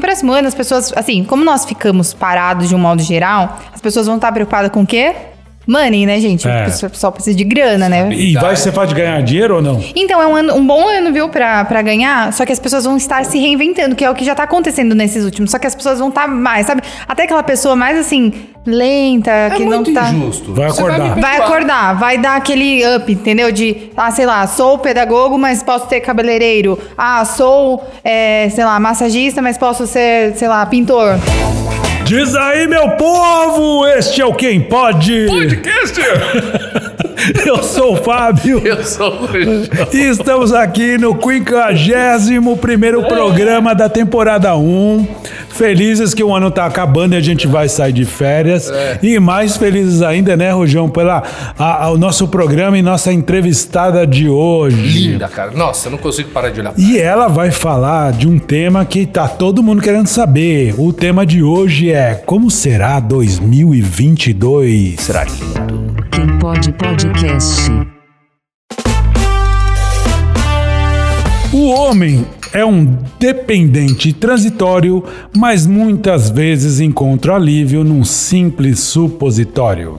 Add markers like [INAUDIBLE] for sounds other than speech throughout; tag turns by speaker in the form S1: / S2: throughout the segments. S1: próxima semana as pessoas, assim, como nós ficamos parados de um modo geral, as pessoas vão estar preocupadas com o quê? Money, né, gente?
S2: É.
S1: O pessoal precisa de grana,
S3: É
S1: né?
S2: E vai ser fácil de ganhar dinheiro ou não?
S1: Então, é um, ano- um bom ano, viu, pra, pra ganhar. Só que as pessoas vão estar se reinventando, que é o que já tá acontecendo nesses últimos. Só que as pessoas vão estar mais, sabe? Até aquela pessoa mais, assim, lenta,
S4: É
S1: que
S4: muito
S1: não tá...
S4: injusto.
S2: Vai
S4: Você
S2: acordar.
S4: me perdoar.
S1: Vai acordar, vai dar aquele up, entendeu? De, ah, sei lá, sou pedagogo, mas posso ter cabeleireiro. Ah, sou, é, sei lá, massagista, mas posso ser, sei lá, pintor.
S2: Diz aí, meu povo! Este é o Quem Pode!
S4: Podcast!
S2: [LAUGHS] Eu sou o Fábio
S4: [LAUGHS] Eu sou o Rogério.
S2: e estamos aqui no 51 programa da temporada 1. Felizes que o ano tá acabando e a gente vai sair de férias. E mais felizes ainda, né, Rojão, pela a- a- o nosso programa e nossa entrevistada de hoje.
S4: Linda, cara. Nossa, eu não consigo parar de olhar.
S2: E ela vai falar de um tema que tá todo mundo querendo saber. O tema de hoje é Como será 2022? Será que
S5: Quem pode podcast.
S2: O homem é um dependente transitório, mas muitas vezes encontra alívio num simples supositório.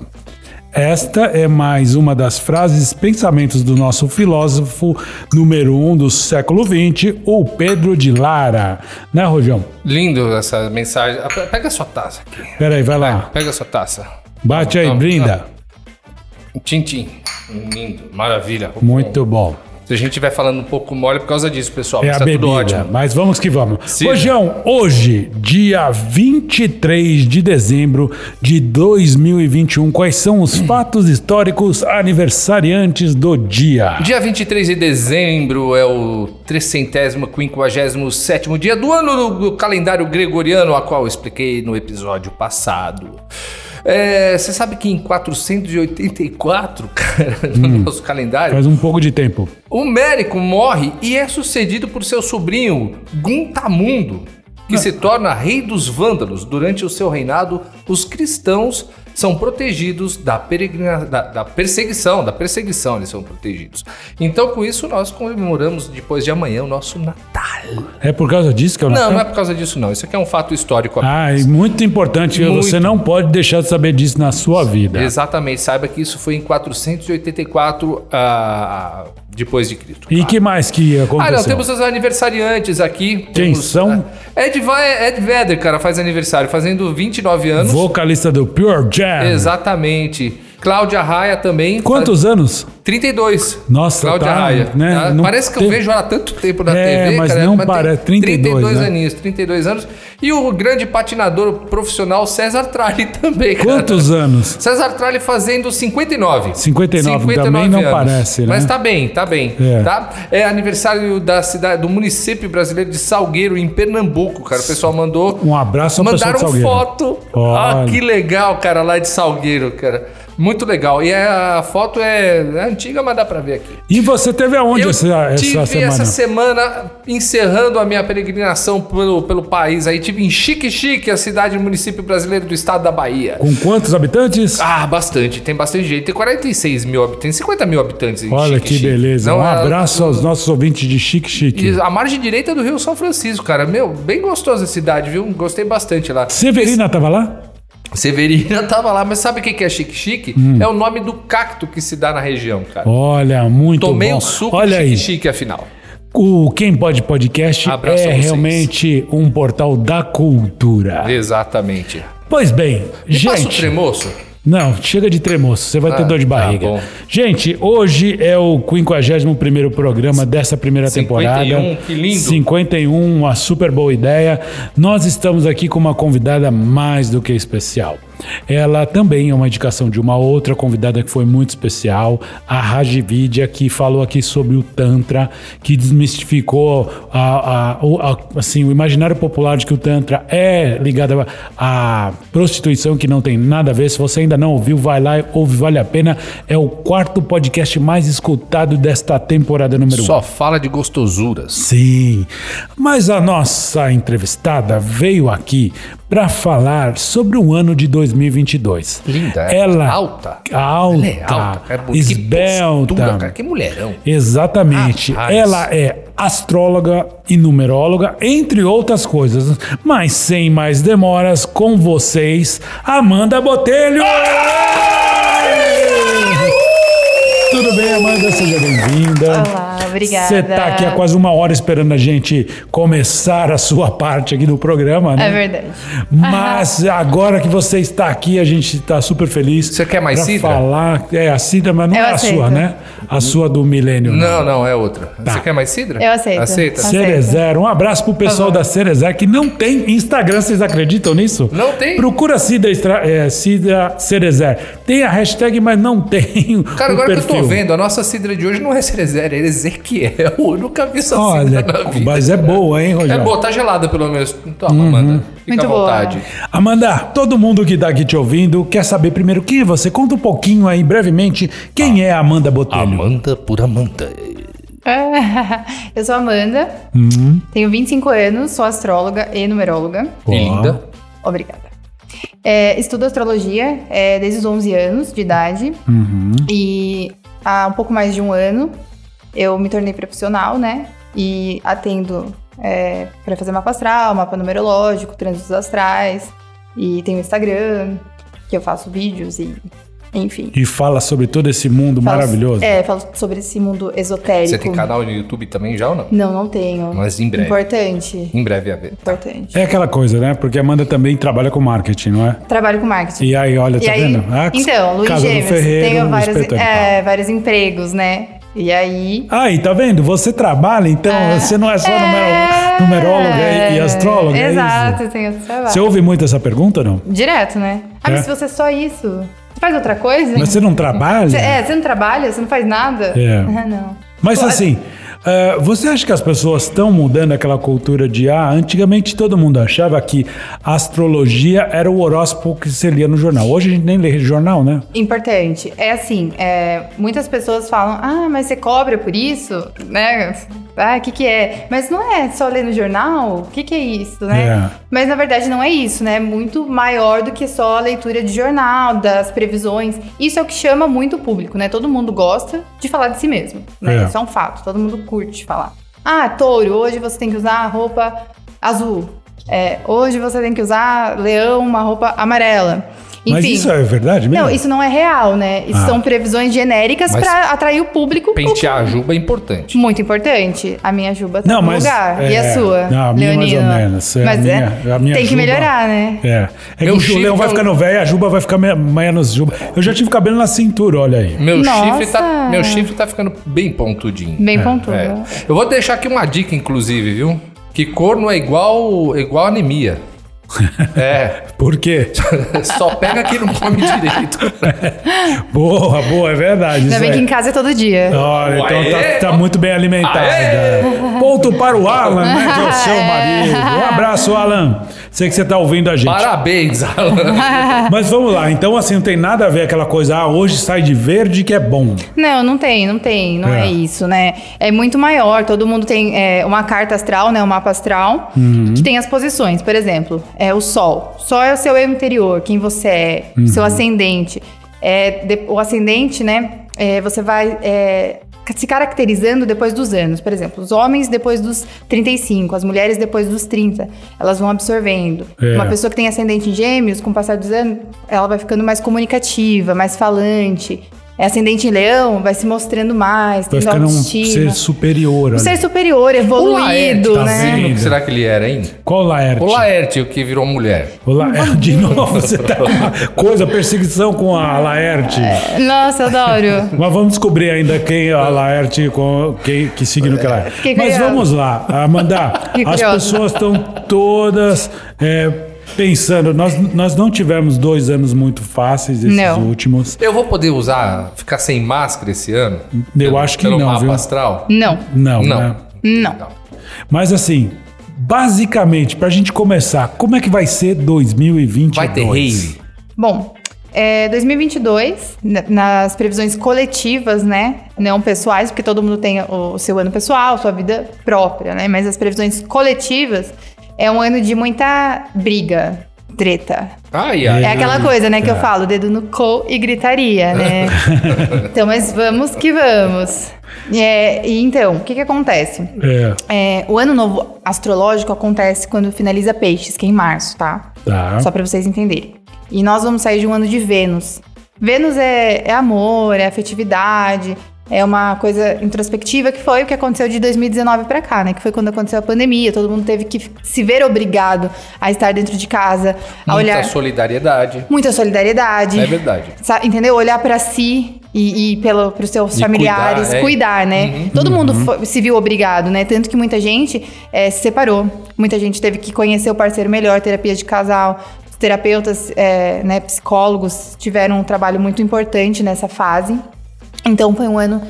S2: Esta é mais uma das frases pensamentos do nosso filósofo número um do século XX, o Pedro de Lara. Né, Rojão?
S4: Lindo essa mensagem. Ah, pe- Pega a sua taça aqui.
S2: Peraí, vai lá.
S4: Pega a sua taça.
S2: Bate aí, brinda.
S4: Tintim. Lindo. Maravilha.
S2: Muito bom.
S4: Se a gente estiver falando um pouco mole por causa disso, pessoal.
S2: É
S4: mas
S2: a
S4: tá tudo
S2: bebida,
S4: ótimo.
S2: mas vamos que vamos.
S4: Sim.
S2: Rojão, hoje, dia 23 de dezembro de 2021, quais são os fatos históricos aniversariantes do dia?
S4: Dia 23 de dezembro é o 357 dia do ano do, do calendário gregoriano, a qual eu expliquei no episódio passado. É, Você sabe que em 484, [LAUGHS] cara, no nosso calendário,
S2: Faz um pouco de tempo.
S4: o Mérico morre e é sucedido por seu sobrinho Guntamundo, que
S2: Ah.
S4: se torna rei dos vândalos. Durante o seu reinado, os cristãos são protegidos da, peregrina- da- da perseguição, da perseguição eles são protegidos. Então, com isso, nós comemoramos depois de amanhã o nosso Natal.
S2: É por causa disso que eu
S4: Não, não é
S2: nasci?
S4: por causa disso não. Isso aqui é um fato histórico.
S2: Ah, e muito importante,
S4: Muito.
S2: você não pode deixar de saber disso na sua vida.
S4: É. Exatamente, saiba que isso foi em 484 ah, depois de Cristo.
S2: E que mais que
S4: Ah,
S2: aconteceu?
S4: não, temos os aniversariantes aqui.
S2: Quem
S4: Temos,
S2: são?
S4: ah, Ed, Va- Ed Vedder, cara, faz aniversário, fazendo 29 anos.
S2: Vocalista do Pure Jam.
S4: Exatamente. Cláudia Raia também.
S2: Quantos anos?
S4: faz 32.
S2: Nossa,
S4: Cláudia
S2: tá,
S4: Raia.
S2: né,
S4: Ah,
S2: não
S4: Parece que eu
S2: tem-
S4: vejo ela há tanto tempo na
S2: É,
S4: TV,
S2: mas
S4: cara.
S2: não
S4: mas tem
S2: para, 32,
S4: 32
S2: né?
S4: aninhos, 32 anos. E o grande patinador profissional César Tralli também, cara.
S2: Quantos anos?
S4: César Tralli fazendo 59.
S2: 59, também não parece, né?
S4: Mas tá bem, tá bem.
S2: É.
S4: Tá? É aniversário da cidade, do município brasileiro de Salgueiro, em Pernambuco, cara. O pessoal mandou.
S2: Um abraço ao pessoal
S4: Mandaram
S2: de Salgueiro.
S4: foto.
S2: Olha.
S4: Ah, que legal, cara, lá de Salgueiro, cara. Muito legal. E a foto é, é antiga, mas dá pra ver aqui.
S2: E você teve aonde
S4: Eu
S2: é essa, essa
S4: tive
S2: semana?
S4: essa semana encerrando a minha peregrinação pelo, pelo país aí. Tive em Chique-Chique, a cidade e município brasileiro do estado da Bahia.
S2: Com quantos habitantes?
S4: Ah, bastante. Tem bastante gente. Tem 46 mil habitantes, 50 mil habitantes. em
S2: Olha
S4: Chique,
S2: que
S4: Chique.
S2: beleza.
S4: Não,
S2: um
S4: é-
S2: abraço aos nossos ouvintes de Chique Chique.
S4: E a margem direita do Rio São Francisco, cara. Meu, bem gostosa a cidade, viu? Gostei bastante lá.
S2: Severina tava lá?
S4: [LAUGHS] Severina tava lá, mas sabe o que que é chique-chique?
S2: Hum.
S4: É o nome do cacto que se dá na região, cara.
S2: Olha, muito
S4: Tomei
S2: bom.
S4: o suco
S2: Olha aí,
S4: chique-chique, afinal.
S2: o Quem Pode Podcast
S4: Abraço a
S2: é
S4: vocês.
S2: realmente um portal da cultura.
S4: Exatamente.
S2: Pois bem,
S4: E passa o
S2: gente.
S4: tremoço?
S2: Não, chega de tremoço, você vai
S4: Ah,
S2: ter dor de
S4: tá
S2: barriga.
S4: bom.
S2: Gente, hoje é o 51 programa dessa primeira
S4: 51,
S2: temporada.
S4: que lindo.
S2: 51, uma super boa ideia. Nós estamos aqui com uma convidada mais do que especial. Ela também é uma indicação de uma outra convidada que foi muito especial, a Rajividya, que falou aqui sobre o Tantra, que desmistificou a- a- o- a- assim, o imaginário popular de que o Tantra é ligado à à prostituição, que não tem nada a ver. Se você ainda não ouviu, vai lá, ouve, vale a pena. É o quarto podcast mais escutado desta temporada número 1.
S4: Só fala de gostosuras.
S2: Sim, mas a nossa entrevistada veio aqui para falar sobre um ano de 2022.
S4: Linda. é
S2: Ela
S4: Alta.
S2: Alta.
S4: Ela é alta. É
S2: Tá.
S4: bonita. que
S2: esbelta.
S4: postura, cara. Que mulherão.
S2: Exatamente.
S4: Rapaz.
S2: Ela é astróloga e numeróloga, entre outras coisas. Mas sem mais demoras, com vocês, Amanda Botelho! Tudo bem, Amanda? Seja bem-vinda.
S3: Olá, obrigada.
S2: Você tá aqui há quase uma hora esperando a gente começar a sua parte aqui do programa, né?
S3: É verdade. [LAUGHS]
S2: Mas agora que você está aqui, a gente está super feliz.
S4: Você quer mais
S2: pra
S4: cidra?
S2: falar. É, a Cidra, mas não
S3: Eu
S2: é a
S3: aceito.
S2: sua, né? A sua do Milênio. né?
S4: Não, não, é outra. Você quer mais cidra?
S3: Eu aceito.
S4: Aceita?
S3: Aceito.
S2: Cerezer, um abraço pro pessoal da Cerezer que não tem Instagram, vocês acreditam nisso?
S4: Não tem?
S2: Procura Cidra, Estra- é, Cidra Cerezer. Tem a hashtag, mas não [LAUGHS] tem.
S4: Cara,
S2: o
S4: agora
S2: perfil.
S4: que eu tô vendo, a nossa cidra de hoje não é Cerezer, é Ezequiel. [LAUGHS] Eu nunca vi essa
S2: Olha,
S4: cidra na vida.
S2: mas é boa, hein,
S4: É
S2: Rogério?
S4: boa, tá gelada pelo menos. Toma,
S2: Uhum.
S4: Amanda. Fica
S3: Muito
S4: à
S3: boa.
S4: vontade.
S2: Amanda, todo mundo que tá aqui te ouvindo quer saber primeiro quem é você. Conta um pouquinho aí, brevemente, quem é a Amanda Botelho.
S4: Ah. Amanda por Amanda.
S3: Eu sou Amanda, tenho 25 anos, sou astróloga e numeróloga.
S2: Hum, Ó.
S4: É Linda.
S3: Obrigada. É, estudo astrologia é, desde os 11 anos de idade
S2: Uhum.
S3: e há um pouco mais de um ano eu me tornei profissional, né? E atendo é, para fazer mapa astral, mapa numerológico, trânsitos astrais e tenho Instagram que eu faço vídeos e enfim.
S2: E fala sobre todo esse mundo
S3: Falo-
S2: maravilhoso.
S3: É, falo sobre esse mundo esotérico.
S4: Você tem canal no YouTube também já ou não?
S3: Não, não tenho.
S4: Mas em breve.
S3: Importante.
S4: Em breve a ver.
S3: Importante.
S2: É aquela coisa, né? Porque a Amanda também trabalha com marketing, não é?
S3: Trabalho com marketing.
S2: E aí, olha,
S3: E
S2: tá
S3: aí-
S2: vendo? Ah,
S3: então, Luiz
S2: Casa do
S3: Gêmeos,
S2: Ferreiro,
S3: tenho vários,
S2: espetáculo.
S3: é, vários empregos, né? E aí.
S2: Aí, tá vendo? Você trabalha, então você não é só numero- numeróloga e, e astróloga, é
S3: É. Exato,
S2: isso?
S3: tenho esse trabalho.
S2: Você ouve muito essa pergunta ou não?
S3: Direto, né? Ah,
S2: É.
S3: mas se você é só isso, você faz outra coisa?
S2: Mas você não trabalha?
S3: Você- é, você não trabalha, você não faz nada?
S2: É.
S3: [LAUGHS] Ah, não.
S2: Mas assim, eh, você acha que as pessoas estão mudando aquela cultura de ah, antigamente todo mundo achava que a astrologia era o horóscopo que você lia no jornal. Hoje a gente nem lê jornal, né?
S3: Importante. É assim, é, muitas pessoas falam, ah, mas você cobra por isso, né? Ah, o que que é? Mas não é só ler no jornal? O que que é isso, né?
S2: É.
S3: Mas na verdade não é isso, né? É muito maior do que só a leitura de jornal, das previsões. Isso é o que chama muito o público, né? Todo mundo gosta de falar de si mesmo, né?
S2: É.
S3: Isso é um fato, todo mundo curte falar. Ah, touro, hoje você tem que usar a roupa azul. É, hoje você tem que usar, leão, uma roupa amarela. Enfim,
S2: Mas isso é verdade mesmo?
S3: não, isso não é real, né? Isso
S2: Ah.
S3: são previsões genéricas
S4: Mas
S3: pra atrair o público.
S4: Pentear a juba é importante.
S3: Muito importante. A minha juba tá
S2: Não,
S3: no
S2: mas,
S3: lugar. e
S2: é,
S3: a sua?
S2: não, a minha mais ou
S3: Leonino?
S2: menos, é, a
S3: mas
S2: minha-
S3: é,
S2: a minha
S3: tem que
S2: juba-
S3: melhorar, né?
S2: É. É
S4: Meu
S2: que o
S4: chifre
S2: Leão vai
S4: é um-
S2: ficando velho, a juba vai ficar me- menos juba. Eu já tive cabelo na cintura, olha aí.
S4: Meu chifre, tá,
S3: Nossa.
S4: meu chifre tá ficando bem pontudinho.
S3: Bem pontudo.
S4: É. Eu vou deixar aqui uma dica, inclusive, viu? Que corno é igual,
S2: [LAUGHS]
S4: igual anemia. É,
S2: Por quê? [LAUGHS]
S4: só pega quem não come direito.
S2: boa, boa, é verdade.
S3: Ainda
S2: isso
S3: bem
S2: aí.
S3: que em casa é todo dia.
S2: Olha, então
S4: Aê!
S2: tá, tá muito bem alimentada. Ponto para o Alan, né?
S3: [LAUGHS]
S2: Que é o seu marido. Um abraço, Alan. Sei que você tá ouvindo a gente.
S4: Parabéns, Alan.
S2: Mas vamos lá. Então, assim, não tem nada a ver aquela coisa, ah, hoje sai de verde que é bom.
S3: Não, não tem, não tem, não
S2: É.
S3: é, isso, né? É muito maior, todo mundo tem é, uma carta astral, né? Um mapa astral, que tem as posições, por exemplo, é o Sol. O Sol é o seu eu interior, quem você é, o seu ascendente. É, de- o ascendente, né? é, você vai é, se caracterizando depois dos anos. Por exemplo, os homens depois dos 35, as mulheres depois dos 30, elas vão absorvendo.
S2: É.
S3: Uma pessoa que tem ascendente em gêmeos, com o passar dos anos, ela vai ficando mais comunicativa, mais falante. É ascendente em leão, vai se mostrando mais,
S2: Vai
S3: tendo
S2: ficando um
S3: autoestima.
S2: ser superior. né?
S3: Um
S2: olha.
S3: ser superior,
S4: O Laerte,
S3: evoluído,
S2: tá
S3: né?
S2: vendo?
S4: O que será que ele era, hein?
S2: Qual Laerte?
S4: O Laerte, o que virou mulher.
S2: Olá, é, de novo, você tá com uma coisa, perseguição com a Laerte.
S3: Nossa,
S2: [LAUGHS]
S3: adoro.
S2: Mas vamos descobrir ainda quem é a Laerte, com, quem, que signo que ela é.
S3: Fiquei
S2: Mas
S3: curiosa.
S2: vamos lá, Amanda.
S3: Fiquei
S2: as
S3: curiosa.
S2: pessoas estão todas é, pensando. Nós, nós não tivemos dois anos muito fáceis, esses
S3: Não.
S2: últimos.
S4: Eu vou poder usar, ficar sem máscara esse ano?
S2: Eu acho que
S4: pelo
S2: não,
S4: mapa
S2: viu?
S4: astral?
S3: Não.
S2: Não,
S4: Não.
S2: né?
S3: Não.
S2: Mas assim, basicamente, pra gente começar, como é que vai ser 2022?
S4: Vai ter rave.
S3: Bom, é, 2022, na- nas previsões coletivas, né? Não pessoais, porque todo mundo tem o, o seu ano pessoal, sua vida própria, né? Mas as previsões coletivas é um ano de muita briga, treta.
S4: Ai, ai.
S3: É aquela coisa, né, que eu falo, dedo no cu e gritaria, né? então, mas vamos que vamos. É, e então, o que que acontece?
S2: É,
S3: É, o ano novo astrológico acontece quando finaliza peixes, que é em março, tá?
S2: tá.
S3: Só pra vocês entenderem. E nós vamos sair de um ano de Vênus. Vênus é, é amor, é afetividade, é uma coisa introspectiva que foi o que aconteceu de 2019 pra cá, né? Que foi quando aconteceu a pandemia, todo mundo teve que se ver obrigado a estar dentro de casa, a
S4: Muita
S3: olhar
S4: solidariedade.
S3: muita solidariedade.
S4: É verdade.
S3: Sa- entendeu? Olhar pra si e, e pelo, pros seus
S4: E
S3: familiares,
S4: cuidar, é.
S3: cuidar, né? Todo mundo fo- se viu obrigado, né? Tanto que muita gente eh, se separou. Muita gente teve que conhecer o parceiro melhor, terapia de casal. Os terapeutas, eh, né, psicólogos tiveram um trabalho muito importante nessa fase. Então foi um ano,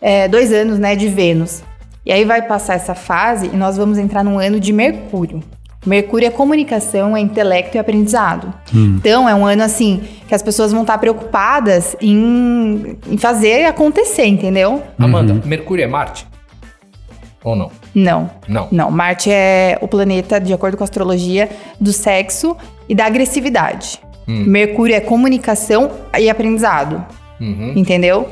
S3: eh, dois anos, né, de Vênus. E aí vai passar essa fase e nós vamos entrar num ano de Mercúrio. Mercúrio é comunicação, é intelecto e aprendizado. Então é um ano assim que as pessoas vão estar preocupadas em, em fazer acontecer, entendeu?
S2: Uhum.
S4: Amanda, Mercúrio é Marte? Ou não?
S3: Não,
S4: Não.
S3: não. Marte é o planeta, de acordo com a astrologia, do sexo e da agressividade.
S2: Hum.
S3: Mercúrio é comunicação e aprendizado.
S2: Hum.
S4: Uhum.
S3: Entendeu?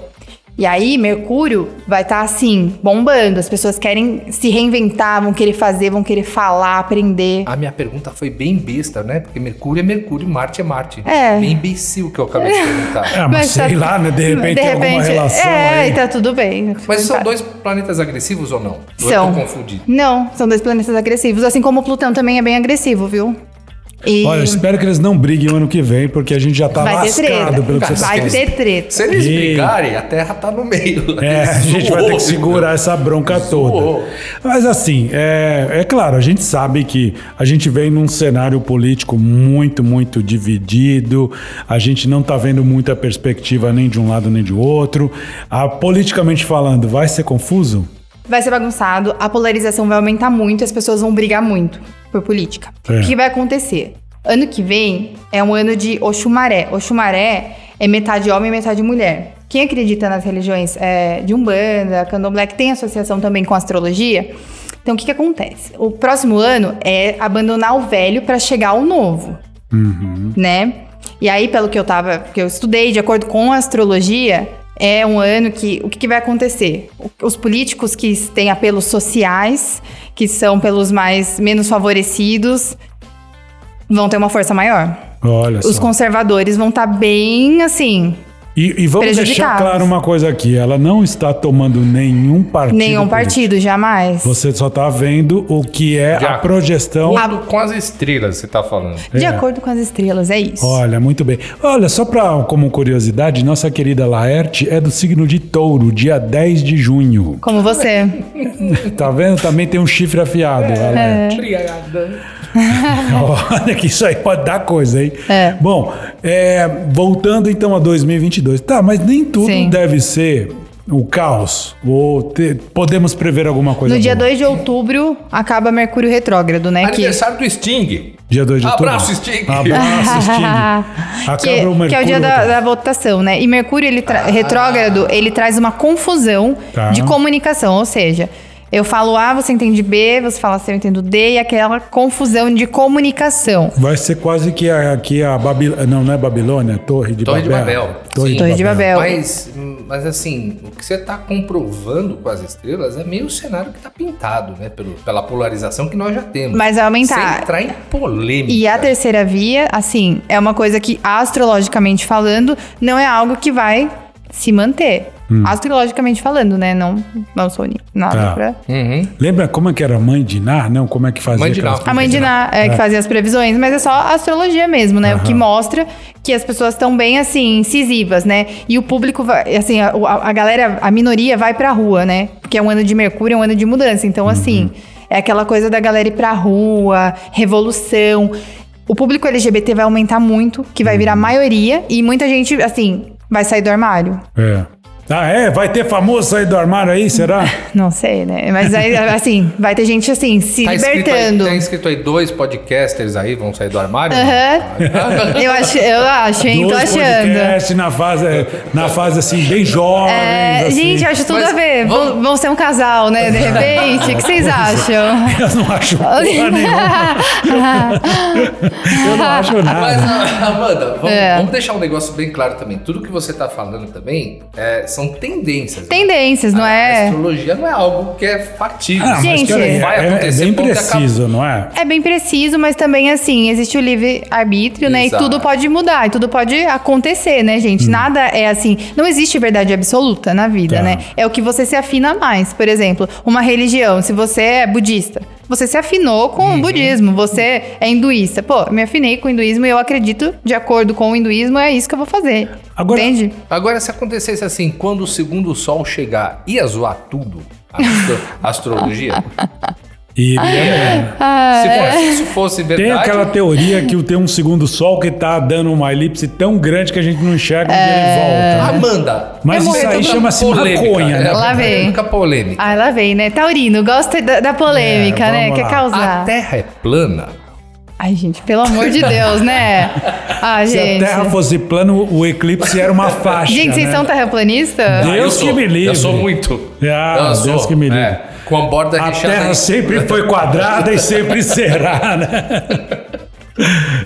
S3: E aí, Mercúrio vai estar assim, bombando. As pessoas querem se reinventar, vão querer fazer, vão querer falar, aprender.
S4: A minha pergunta foi bem besta, né? Porque Mercúrio é Mercúrio, Marte é Marte.
S3: É.
S4: Bem imbecil que eu acabei
S2: [LAUGHS]
S4: de perguntar.
S2: Ah, mas
S3: Mas tá-
S2: sei lá, né? De repente, tem alguma relação
S3: É,
S2: aí.
S3: e tá tudo bem.
S4: Mas são dois planetas agressivos ou não? Ou
S3: São.
S4: Eu tô confundido.
S3: Não, são dois planetas agressivos. Assim como o Plutão também é bem agressivo, viu? E
S2: Olha, eu espero que eles não briguem o ano que vem, porque a gente já tá
S3: vai ter
S2: lascado
S3: treta.
S2: pelo que você
S3: Vai
S2: fez.
S3: ter treta.
S4: Se eles
S2: E-
S4: brigarem, a Terra tá no meio.
S2: É, a gente vai ter
S4: [LAUGHS]
S2: que segurar essa bronca
S4: Zoou.
S2: toda. Mas assim, é, é claro, a gente sabe que a gente vem num cenário político muito, muito dividido, a gente não tá vendo muita perspectiva nem de um lado nem de outro. Ah, politicamente falando, vai ser confuso?
S3: Vai ser bagunçado, a polarização vai aumentar muito, as pessoas vão brigar muito por política.
S2: É.
S3: O que vai acontecer? Ano que vem é um ano de Oxumaré. Oxumaré é metade homem e metade mulher. Quem acredita nas religiões é, de Umbanda, Candomblé, que tem associação também com astrologia, então o que, que acontece? O próximo ano é abandonar o velho para chegar ao novo né? E aí, pelo que eu tava, que eu estudei, de acordo com a astrologia, é um ano que o que, que vai acontecer? O- Os políticos que têm apelos sociais, que são pelos mais menos favorecidos, vão ter uma força maior.
S2: Olha
S3: Os
S2: só.
S3: conservadores vão estar bem assim,
S2: E, e vamos deixar
S3: prejudicados.
S2: claro uma coisa aqui: ela não está tomando nenhum partido.
S3: nenhum
S2: político.
S3: partido jamais.
S2: Você só tá vendo o que é
S4: Já.
S2: a projeção
S4: Tudo com as estrelas, você tá falando.
S3: De
S2: É.
S3: acordo com as estrelas, é isso.
S2: Olha, muito bem. Olha, só pra, como curiosidade, nossa querida Laerte é do signo de touro, dia 10 de junho.
S3: Como você.
S2: Tá vendo? Também tem um chifre afiado,
S3: É.
S2: a Laerte.
S4: Obrigada.
S2: [LAUGHS] Olha que isso aí pode dar coisa, hein?
S3: É.
S2: Bom, é, voltando então a 2022. Tá, mas nem tudo
S3: Sim.
S2: deve ser o caos. Ou te- podemos prever alguma coisa
S3: No dia
S2: boa.
S3: 2 de outubro acaba Mercúrio retrógrado, né? Que
S4: Aniversário do Sting.
S2: Dia 2 de outubro.
S4: Abraço, Sting.
S2: Abraço,
S3: [LAUGHS]
S2: Sting. Acaba
S3: que,
S2: o
S3: que é o
S2: Mercúrio
S3: dia da,
S2: retrógrado.
S3: da votação, né? E Mercúrio, ele tra- retrógrado, ele traz uma confusão
S2: Tá.
S3: de comunicação, ou seja, eu falo A, você entende B, você fala C, eu entendo D, e aquela confusão de comunicação.
S2: Vai ser quase que a, que a Babilônia. Não, não é Babilônia, Torre de
S4: Torre de
S2: Babel.
S4: Babel.
S2: Torre,
S4: Sim.
S2: de,
S3: Torre
S2: Babel.
S3: de Babel.
S4: Mas, mas assim, o que você tá comprovando com as estrelas é meio o cenário que tá pintado, né? Pelo, pela polarização que nós já temos.
S3: Mas vai
S4: Sem
S3: aumentar.
S4: entrar em polêmica.
S3: E a terceira via, assim, é uma coisa que, astrologicamente falando, não é algo que vai se manter. Astrologicamente falando, né? Não, não sou ni- nada
S2: Hum. Tá.
S3: pra.
S4: Uhum.
S2: Lembra como é que era a mãe de Nar? Não, como é que fazia?
S4: Mãe de
S2: aquelas
S4: Nar.
S3: A mãe de Ná é, que fazia as previsões, mas é só a astrologia mesmo, né? O que mostra que as pessoas estão bem, assim, incisivas, né? E o público, vai, assim, a, a- a galera, a minoria vai pra rua, né? Porque é um ano de Mercúrio, é um ano de mudança. Então, assim,
S4: Uhum.
S3: é aquela coisa da galera ir pra rua, revolução. O público LGBT vai
S4: Uhum.
S3: aumentar muito, que vai virar maioria, e muita gente, assim, vai sair do armário.
S2: É. Ah, é? Vai ter famoso sair do armário aí, será?
S3: Não sei, né? Mas aí, [LAUGHS] assim, vai ter gente assim, se
S4: Tá escrito, aí,
S3: libertando.
S4: tá escrito aí dois podcasters aí, vão sair do armário? né?
S3: Aham. [LAUGHS] eu, acho, eu acho, hein? [LAUGHS]
S2: Dois
S3: Tô achando.
S2: podcasts na fase, na fase assim, bem jovem.
S3: É,
S2: assim.
S3: Gente, eu acho tudo
S4: Mas
S3: a ver. Vão,
S4: vamos-
S3: vão ser um casal, né?
S4: [LAUGHS]
S3: De repente. O que vocês acham?
S2: assim. [LAUGHS] Eu
S3: [LAUGHS]
S2: não acho porra
S4: né?
S2: nenhuma. Eu não acho
S3: [LAUGHS]
S4: [LAUGHS] Mas,
S2: nada.
S4: ah, Amanda, vamos,
S3: É.
S4: vamos deixar um negócio bem claro também. Tudo que você tá falando também é, são tendências. né?
S3: [LAUGHS] Tendências, não
S4: A
S3: é?
S4: astrologia não é algo que é factível.
S2: Ah, mas
S3: Gente,
S2: peraí,
S4: vai
S2: é, é
S4: acontecer
S2: bem
S4: ponto e acabou.
S2: preciso, não é?
S3: É bem preciso, mas também assim, existe o livre-arbítrio, né? E
S4: Exato.
S3: tudo pode mudar, e tudo pode acontecer, né, gente? Nada é assim. Não existe verdade absoluta na vida,
S2: Hum. Tá.
S3: né? É o que você se afina mais. Por exemplo, uma religião, se você é budista. Você se afinou com
S2: Uhum.
S3: o budismo, você é hinduísta. Pô, eu me afinei com o hinduísmo e eu acredito, de acordo com o hinduísmo, é isso que eu vou fazer.
S2: Agora-
S3: Entende?
S4: Agora, se acontecesse assim, quando o segundo sol chegar, ia zoar tudo? A astro-
S3: [LAUGHS]
S4: a astrologia?
S2: E
S3: Ah,
S2: é,
S4: se, fosse, se isso fosse
S2: tem
S4: verdade.
S2: aquela teoria que tem um segundo sol que tá dando uma elipse tão grande que a gente não enxerga onde
S3: É.
S2: ele volta. né?
S4: Amanda!
S2: Mas
S4: eu
S2: isso
S4: vou
S2: aí
S4: entrar
S2: chama-se
S4: na polêmica,
S2: maconha, né?
S4: é,
S3: Lá vem.
S4: Fica polêmica.
S3: Ah, lá vem, né? Taurino, gosta da, da polêmica,
S2: É,
S3: né?
S2: vamos lá.
S3: Quer causar.
S4: A Terra é plana?
S3: Ai, gente, pelo amor de Deus,
S2: [LAUGHS]
S3: né? Ah,
S2: Se
S3: gente.
S2: a Terra fosse plana, o eclipse era uma faixa.
S3: Gente, vocês
S2: né?
S3: são terraplanistas?
S2: Não. Ah, Deus
S4: eu
S2: que
S4: sou,
S2: me livre.
S4: Eu sou muito.
S2: Ah,
S4: eu é.
S2: Deus que me livre.
S4: com a borda
S2: A
S4: recheada
S2: Terra
S4: de-
S2: sempre
S4: [LAUGHS]
S2: foi quadrada e sempre será, né?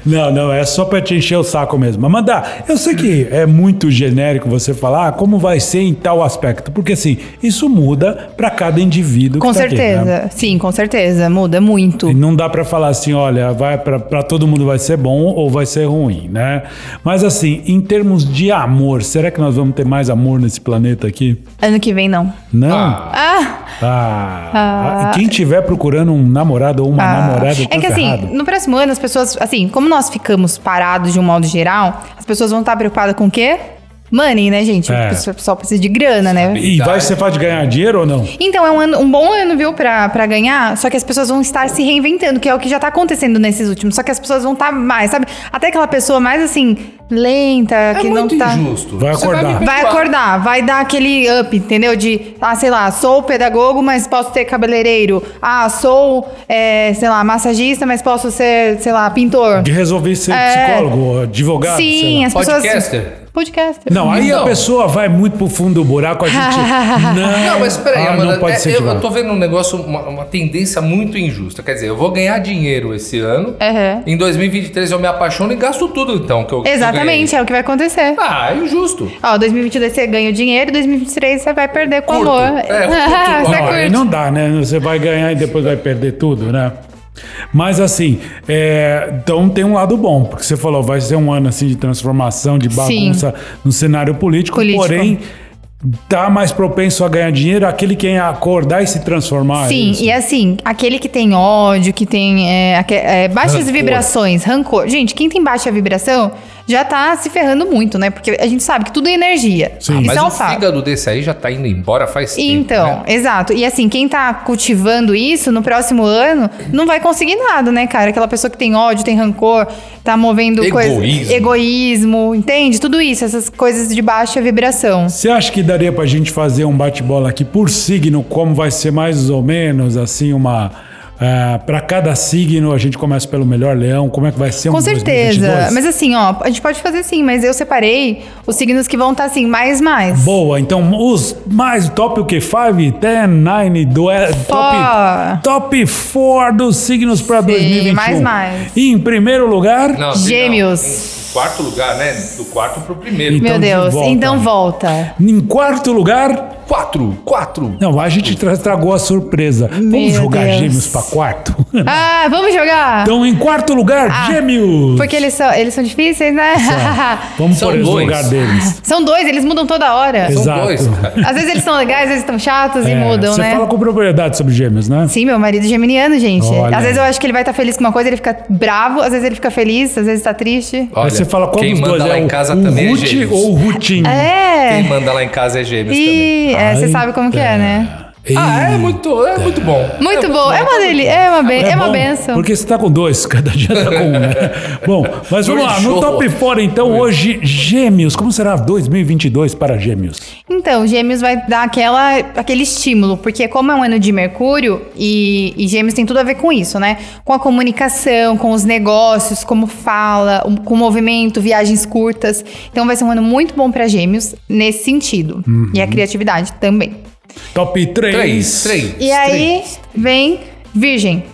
S2: Não, não, é só pra te encher o saco mesmo. Amanda, eu sei que é muito genérico você falar ah, como vai ser em tal aspecto, porque assim, isso muda pra cada indivíduo.
S3: Com
S2: que tá aqui, né?
S3: certeza. Sim, com certeza. Muda
S2: E
S3: muito.
S2: não dá pra falar assim, olha, vai para todo mundo vai ser bom ou vai ser ruim, né? Mas assim, em termos de amor, será que nós vamos ter mais amor nesse planeta aqui?
S3: Ano que vem, não.
S2: Não.
S4: Ah,
S3: Ah!
S2: Ah, quem tiver procurando um namorado ou uma
S3: ah.
S2: namorada tá
S3: é que assim,
S2: ferrado.
S3: no próximo ano, as pessoas, assim, como nós ficamos parados de um modo geral, as pessoas vão estar preocupadas com o quê? Money, né, gente?
S2: É.
S3: O pessoal- o pessoal precisa de grana, né?
S2: E vai ser fácil de ganhar dinheiro ou não?
S3: Então, é um, ano- um bom ano, viu, pra, pra ganhar. Só que as pessoas vão estar se reinventando, que é o que já tá acontecendo nesses últimos. Só que as pessoas vão estar mais, sabe? Até aquela pessoa mais, assim, lenta,
S4: é
S3: que
S4: muito
S3: não tá...
S4: injusto.
S2: Vai
S4: Você
S2: acordar.
S4: me
S3: Vai
S4: perdoar.
S3: acordar, vai dar aquele up, entendeu? De, ah, sei lá, sou pedagogo, mas posso ter cabeleireiro. Ah, sou, é, sei lá, massagista, mas posso ser, sei lá, pintor.
S2: De resolver ser
S3: É.
S2: psicólogo, advogado, sei
S3: Sim,
S2: lá.
S3: as pessoas.
S4: Podcaster?
S3: Podcaster.
S2: Não, aí
S4: Não.
S2: a pessoa vai muito pro fundo do buraco,
S3: [LAUGHS]
S2: a gente... não,
S4: Não, mas peraí,
S2: ah,
S4: Amanda,
S2: não pode
S4: é,
S2: ser
S4: eu,
S2: de
S4: eu tô vendo um negócio, uma, uma tendência muito injusta. Quer dizer, eu vou ganhar dinheiro esse ano.
S3: Uhum.
S4: Em 2023 eu me apaixono e gasto tudo, então, que eu que eu
S3: Exatamente, é o que vai acontecer.
S4: ganhei. Ah, é injusto.
S3: Ó, 2022 você ganha o dinheiro, 2023 você vai perder com o
S4: Curto.
S3: amor.
S4: É, curto.
S3: [LAUGHS] você
S2: Não, aí
S3: curte.
S2: não dá, né? Você vai ganhar e depois vai perder tudo, né? Mas assim, é, então tem um lado bom, porque você falou, vai ser um ano assim de transformação, de bagunça no cenário político,
S3: Político.
S2: porém tá mais propenso a ganhar dinheiro aquele quem acordar e se transformar. é
S3: Sim,
S2: isso?
S3: e assim, aquele que tem ódio, que tem é, aque- é, baixas
S4: Rancor.
S3: vibrações, rancor. Gente, quem tem baixa vibração já tá se ferrando muito, né? Porque a gente sabe que tudo é energia.
S2: Sim.
S3: Isso
S4: Mas
S3: é um
S4: o
S3: fato.
S4: fígado desse aí já tá indo embora faz tempo.
S3: Então,
S4: né?
S3: exato. E assim, quem tá cultivando isso no próximo ano não vai conseguir nada, né, cara? Aquela pessoa que tem ódio, tem rancor, tá movendo
S4: Egoísmo.
S3: coisa. Egoísmo, entende? Tudo isso, essas coisas de baixa vibração.
S2: Você acha que daria pra gente fazer um bate-bola aqui por signo, como vai ser mais ou menos assim uma ah, Pra cada signo a gente começa pelo melhor leão, como é que vai ser um
S3: Com certeza.
S2: 2022?
S3: Mas assim, ó, a gente pode fazer sim, mas eu separei os signos que vão estar assim, mais mais.
S2: Boa, então os mais top o que? 5, 10, 9, do, é, top,
S3: Four.
S2: top 4 dos signos para 2021.
S3: mais, mais.
S2: E em primeiro lugar,
S4: Não, assim, não.
S3: Gêmeos.
S4: Em quarto lugar, né? Do quarto pro primeiro.
S2: Então,
S3: Meu
S2: de
S3: Deus,
S2: volta.
S3: então volta.
S2: em quarto lugar,
S4: Quatro, quatro.
S2: não, a gente tra- tragou a surpresa. Vamos jogar
S3: Deus.
S2: gêmeos para quarto? [LAUGHS]
S3: Ah, vamos jogar?
S2: então em quarto lugar, gêmeos.
S3: Ah, Porque eles são, eles são difíceis, né?
S2: Vamos
S4: São
S2: pôr eles no
S4: dois.
S2: lugar deles.
S3: [LAUGHS] são dois, eles mudam toda hora.
S2: Exato.
S4: São dois, cara.
S3: Às vezes eles são legais, às vezes estão chatos e
S2: É,
S3: mudam,
S2: você
S3: né?
S2: fala com propriedade sobre gêmeos, né?
S3: Sim, meu marido é geminiano, gente.
S2: Olha
S3: Às vezes
S2: aí.
S3: eu acho que ele vai estar feliz com uma coisa, ele fica bravo, às vezes ele fica feliz, às vezes tá triste.
S2: Aí você fala qual
S4: quem
S2: dos
S4: manda
S2: dois
S4: lá
S2: é
S4: em
S2: o-
S4: casa
S2: o
S4: também é
S2: Ruth
S4: gêmeos.
S2: ou o Rutinho?
S3: É.
S4: Quem manda lá em casa é gêmeos também.
S3: E é, você
S2: Ai,
S3: sabe como que é, né?
S4: Ah, é muito, é muito bom.
S3: Muito bom. É uma dele, é uma, ben, é uma
S2: bom,
S3: benção.
S2: Porque você tá com dois, [LAUGHS] cada dia tá com um, né? Bom, mas vamos lá, no
S4: Dois
S2: top
S4: shows.
S2: 4 então, hoje, Gêmeos. Como será 2022 para Gêmeos?
S3: Então, Gêmeos vai dar aquela, aquele estímulo, porque como é um ano de Mercúrio, e, e Gêmeos tem tudo a ver com isso, né? Com a comunicação, com os negócios, como fala, um- com o movimento, viagens curtas. Então vai ser um ano muito bom pra Gêmeos nesse sentido. E a
S4: Uhum.
S3: criatividade também.
S2: Top 3.
S4: Três, três.
S3: E é aí vem Virgem.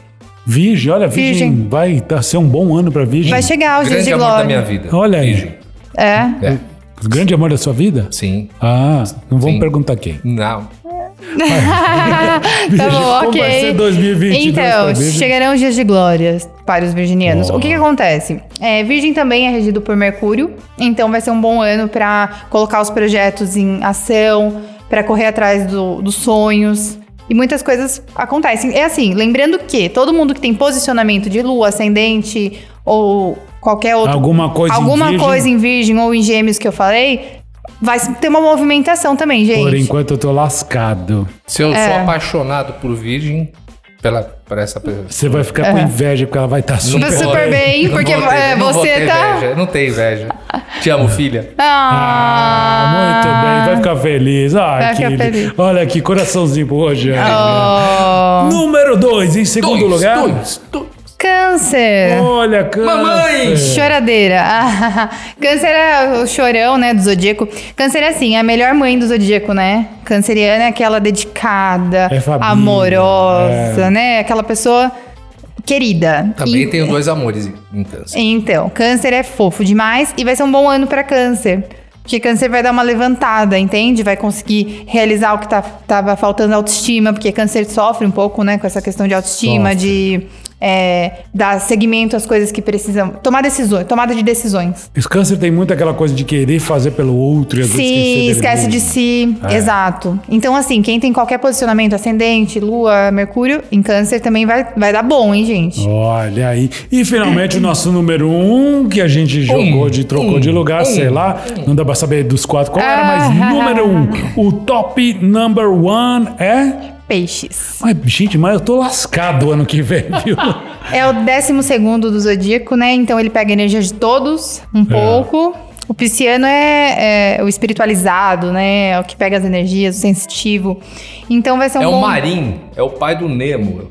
S2: Virgem, olha, Virgem,
S3: Virgem.
S2: vai tá, ser um bom ano para Virgem.
S3: Vai chegar os dias
S4: Grande
S3: de
S4: amor da minha
S3: glória.
S4: vida.
S2: Olha aí.
S4: Virgem.
S3: É.
S4: É,
S2: Grande amor da sua vida?
S4: sim.
S2: Ah, não vamos
S4: Sim.
S2: perguntar quem.
S4: Não.
S3: tá bom,
S2: Como
S3: ok.
S2: vai ser 2022 pra
S3: então,
S2: Virgem?
S3: chegarão os dias de glória para os virginianos.
S2: Ó.
S3: O que, que acontece? É, Virgem também é regido por Mercúrio, então vai ser um bom ano para colocar os projetos em ação, para correr atrás do- dos sonhos. E muitas coisas acontecem. É assim, lembrando que todo mundo que tem posicionamento de lua, ascendente ou qualquer outro
S2: Alguma coisa em
S3: alguma
S2: Virgem.
S3: coisa em virgem ou em gêmeos que eu falei, vai ter uma movimentação também, gente.
S2: Por enquanto eu tô lascado.
S4: Se eu
S3: É.
S4: sou apaixonado por virgem, pela, por essa pessoa.
S2: Você vai ficar com inveja porque ela vai estar super.
S3: Tá super bem, porque,
S4: vou ter-
S3: é,
S4: não vou
S3: você
S4: ter
S3: tá-
S4: Inveja, não tem inveja. Te
S2: É.
S4: amo, filha.
S3: Ah,
S2: Ah, muito bem, vai ficar feliz. Ai,
S3: Vai
S2: que
S3: ficar feliz.
S2: Olha que coraçãozinho pro Rogério. né?
S3: Oh,
S2: Número 2, em segundo
S4: Dois,
S2: lugar.
S4: dois, dois.
S3: câncer.
S2: Olha, câncer.
S4: Mamãe!
S3: Choradeira. [LAUGHS] Ah, câncer é o chorão, né, do zodíaco. Câncer é assim, é a melhor mãe do zodíaco, né? Canceriana é aquela dedicada,
S2: É família, é.
S3: amorosa, né? Aquela pessoa querida.
S4: Também
S3: E-
S4: tenho dois amores em câncer.
S3: Então, câncer é fofo demais e vai ser um bom ano pra câncer. Porque câncer vai dar uma levantada, entende? Vai conseguir realizar o que tá, tava faltando autoestima, porque câncer sofre um pouco, né, com essa questão de autoestima,
S2: Sofre.
S3: de é, dar segmento às coisas que precisam. Tomar decisões, tomada de decisões.
S2: Esse câncer tem muito aquela coisa de querer fazer pelo outro e às vezes esquecer
S3: Se
S2: dele
S3: esquece de
S2: mesmo.
S3: si.
S2: É.
S3: Exato. Então, assim, quem tem qualquer posicionamento ascendente, lua, mercúrio, em câncer também vai, vai dar bom, hein, gente?
S2: Olha aí. E finalmente o nosso número um, que a gente jogou de trocou
S4: um,
S2: de lugar,
S4: um,
S2: sei lá. Não dá pra saber dos quatro qual era, mas
S3: Ah.
S2: número um. O top number one é.
S3: Peixes.
S2: Ai, gente, mas eu tô lascado ano que vem, viu?
S3: É o décimo segundo do zodíaco, né? Então ele pega a energia de todos, um
S4: É.
S3: pouco. O pisciano é, é o espiritualizado, né? É o que pega as energias, o sensitivo. Então vai ser um
S4: É
S3: bom...
S4: o Marim, é o pai do Nemo.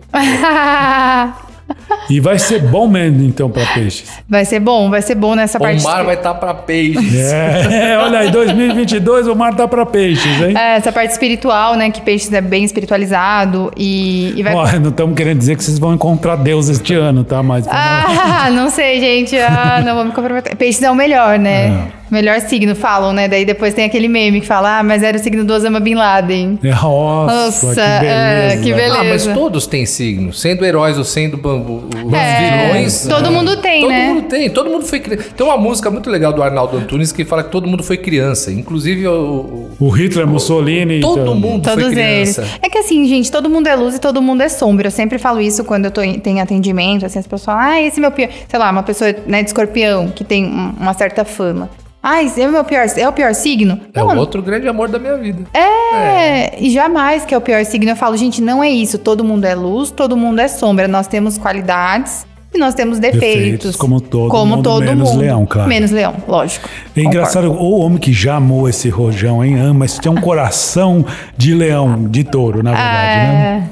S2: e vai ser bom mesmo, então, pra
S3: [LAUGHS]
S2: peixes.
S3: [LAUGHS] vai ser bom, vai ser bom nessa parte...
S4: O mar vai estar pra peixes.
S2: É, olha aí, 2022 o mar tá pra peixes, hein?
S3: É, essa parte espiritual, né? Que peixes é bem espiritualizado e, e É, vai...
S2: Ó, não estamos querendo dizer que vocês vão encontrar Deus este ano, tá?
S3: [LAUGHS]
S2: Mas
S3: Ah, não sei, gente. Ah, não vou me comprometer. Peixes é o melhor, né? Melhor signo, falam, né? Daí depois tem aquele meme que fala, ah, mas era o signo do Osama Bin Laden.
S2: É, Nossa,
S3: Nossa,
S2: que beleza. né?
S3: é, que beleza.
S4: Ah, mas todos têm signo, sendo heróis ou sendo bambu, os
S3: É,
S4: vilões.
S3: todo mundo tem,
S4: todo
S3: né?
S4: mundo tem, todo mundo foi criança. Tem uma música muito legal do Arnaldo Antunes que fala que todo mundo foi criança, inclusive o- o-
S2: O Hitler, Mussolini.
S4: todo
S2: então-
S4: mundo foi
S3: Todos eles.
S4: criança.
S3: É que assim, gente, todo mundo é luz e todo mundo é sombra. Eu sempre falo isso quando eu tô em, tenho atendimento, assim, as pessoas falam, ah, esse é meu pior. Sei lá, uma pessoa né, de escorpião que tem um- uma certa fama. Ah, esse é o meu pior, é o pior signo?
S4: É
S3: não,
S4: o outro grande amor da minha vida.
S3: É, e jamais que é o pior signo. Eu falo, gente, não é isso. Todo mundo é luz, todo mundo é sombra. Nós temos qualidades e nós temos
S2: Defeitos,
S3: defeitos.
S2: como todo mundo, menos leão, claro.
S3: Menos leão, lógico.
S2: É engraçado, o homem que já amou esse rojão, hein? Ama, isso tem um coração de leão, de touro, na verdade,
S3: É.
S2: né?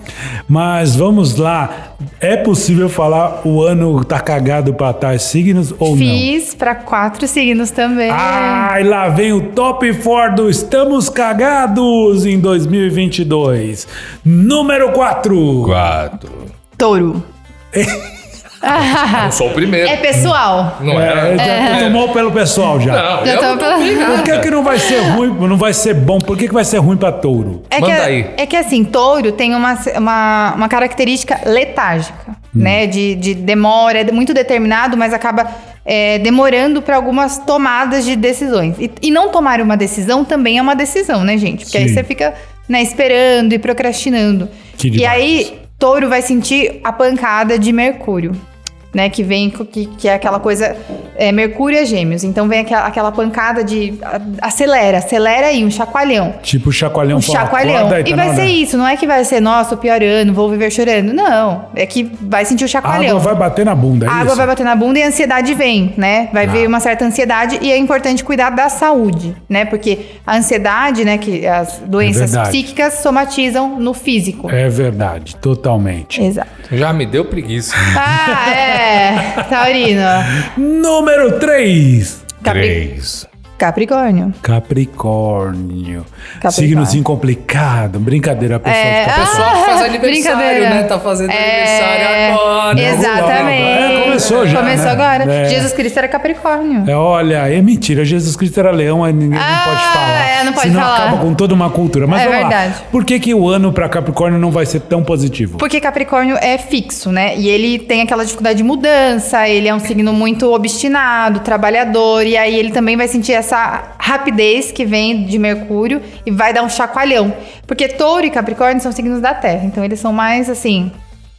S2: Mas vamos lá. É possível falar o ano tá cagado pra tais signos ou não? Ah!
S3: Fiz pra quatro signos também.
S2: Ai, lá vem o top 4 do Estamos Cagados em 2022. Número 4.
S4: Quatro.
S3: Touro.
S4: Eu sou o primeiro.
S3: É pessoal.
S4: Não
S2: É,
S4: é?
S2: já tomou pelo pessoal já.
S4: Não,
S3: Já
S4: eu
S3: tava
S4: não
S3: pela-
S4: vi nada.
S2: Por que, que não vai ser ruim, não vai ser bom? Por que, que vai ser ruim pra touro?
S3: É
S4: Manda
S3: que,
S4: aí.
S3: É que assim, touro tem uma, uma, uma característica letárgica,
S2: Hum.
S3: né? De, de demora, é muito determinado, mas acaba é, demorando para algumas tomadas de decisões. E, e não tomar uma decisão também é uma decisão, né, gente? Porque aí
S2: Sim.
S3: você fica né, esperando e procrastinando.
S2: Que
S3: e
S2: demais.
S3: aí, touro vai sentir a pancada de Mercúrio. Né, que vem, co- que, que é aquela coisa é, Mercúrio é gêmeos, então vem aquela, aquela pancada de. a- acelera, acelera aí, um chacoalhão.
S2: Tipo o chacoalhão
S3: Um
S2: fala,
S3: chacoalhão.
S2: "Acorda aí,
S3: E
S2: tá
S3: vai
S2: na
S3: ser
S2: hora."
S3: isso, não é que vai ser, nossa, o pior ano, vou viver chorando. Não. É que vai sentir o
S2: A
S3: chacoalhão.
S2: água vai bater na bunda, é
S3: A água
S2: isso? Ah.
S3: vai bater na bunda e a ansiedade vem, né? Vai vir uma certa ansiedade e é importante cuidar da saúde, né? Porque a ansiedade, né, que as doenças
S2: É verdade.
S3: psíquicas somatizam no físico.
S2: É verdade, totalmente.
S3: Exato.
S4: Já me deu preguiça.
S3: Ah,
S2: [LAUGHS]
S3: é. Taurino.
S2: Número 3.
S3: É. Capri-
S4: Três.
S3: Capricórnio.
S2: Capricórnio. Signo assim complicado. Brincadeira, pessoal.
S3: É,
S2: fica
S3: ah,
S2: pensando.
S4: Pessoal que faz Tá aniversário,
S3: brincadeira.
S4: né? Tá fazendo
S3: É,
S4: aniversário agora.
S3: Exatamente.
S2: É, começou já,
S3: Começou
S2: né?
S3: agora.
S2: É.
S3: Jesus Cristo era Capricórnio.
S2: É, olha, é mentira. Jesus Cristo era leão, aí ninguém
S3: Ah,
S2: não pode falar.
S3: é, não pode
S2: senão
S3: falar.
S2: acaba com toda uma cultura. Mas
S3: É
S2: vamos
S3: verdade.
S2: lá. Por que, que o ano pra Capricórnio não vai ser tão positivo?
S3: Porque Capricórnio é fixo, né? E ele tem aquela dificuldade de mudança, ele é um signo muito obstinado, trabalhador, e aí ele também vai sentir essa rapidez que vem de Mercúrio e vai dar um chacoalhão. Porque Touro e Capricórnio são signos da Terra, então eles são mais assim.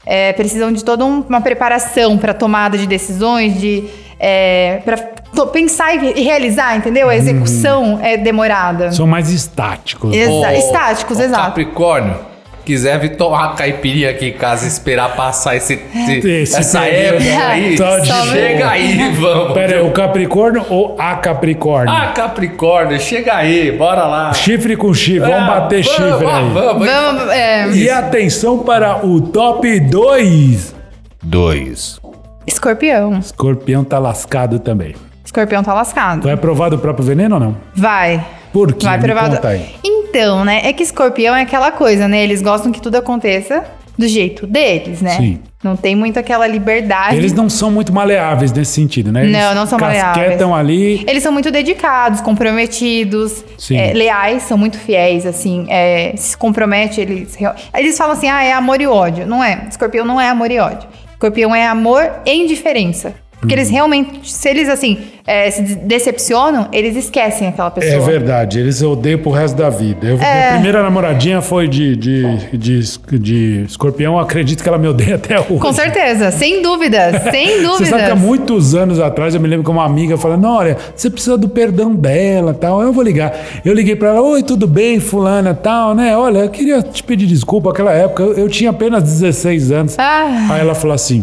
S3: é, precisam de toda um- uma preparação para tomada de decisões, de. É, para pensar e e realizar, entendeu? A execução é demorada.
S2: São mais estáticos.
S3: Exa-
S4: Ô,
S3: estáticos,
S4: ô,
S3: exato.
S4: Capricórnio, quiser vir tomar uma caipirinha aqui em casa e esperar passar esse, esse-
S2: Esse
S4: essa
S2: período
S4: época
S2: [LAUGHS]
S4: aí,
S2: tá de
S4: chega
S2: boa.
S4: aí, vamos.
S2: Pera aí, o Capricórnio ou a Capricórnio?
S4: Ah, Capricórnio, chega aí, bora lá.
S2: Chifre com chifre, vamos
S4: Ah,
S2: bater chifre
S4: ah,
S2: aí.
S4: Vamos,
S3: Vamos. É,
S2: E atenção para o top 2.
S4: Dois.
S3: escorpião.
S2: Escorpião tá lascado também. Então
S3: Escorpião tá lascado.
S2: Vai provar do próprio veneno ou não?
S3: Vai.
S2: Por quê?
S3: Vai
S2: Me
S3: provar.
S2: conta aí.
S3: Então, né? É que escorpião é aquela coisa, né? Eles gostam que tudo aconteça do jeito deles, né?
S2: Sim.
S3: Não tem muito aquela liberdade.
S2: Eles não são muito maleáveis nesse sentido, né? Eles
S3: Não, não são maleáveis.
S2: casquetam ali.
S3: Eles são muito dedicados, comprometidos,
S2: Sim.
S3: é, leais, são muito fiéis, assim, é, se compromete, eles... real- Eles falam assim, ah, é amor e ódio. Não é. Escorpião não é amor e ódio. Escorpião é amor e indiferença. Porque
S2: Uhum.
S3: eles realmente, se eles, assim, é, se de- decepcionam, eles esquecem aquela pessoa.
S2: É verdade, eles odeiam pro resto da vida. Eu, Minha
S3: É.
S2: primeira namoradinha foi de, de, de, es- de escorpião, acredito que ela me odeia [LAUGHS] até hoje.
S3: Com certeza, sem dúvidas, sem dúvidas.
S2: Você sabe que é há muitos anos atrás eu me lembro que uma amiga falando: "Não, olha, você precisa do perdão dela tal. Eu vou ligar. Eu liguei pra ela: Oi, tudo bem, Fulana tal, né? Olha, eu queria te pedir desculpa. Aquela época eu, eu tinha apenas 16 anos.
S3: Ah.
S2: Aí ela falou assim.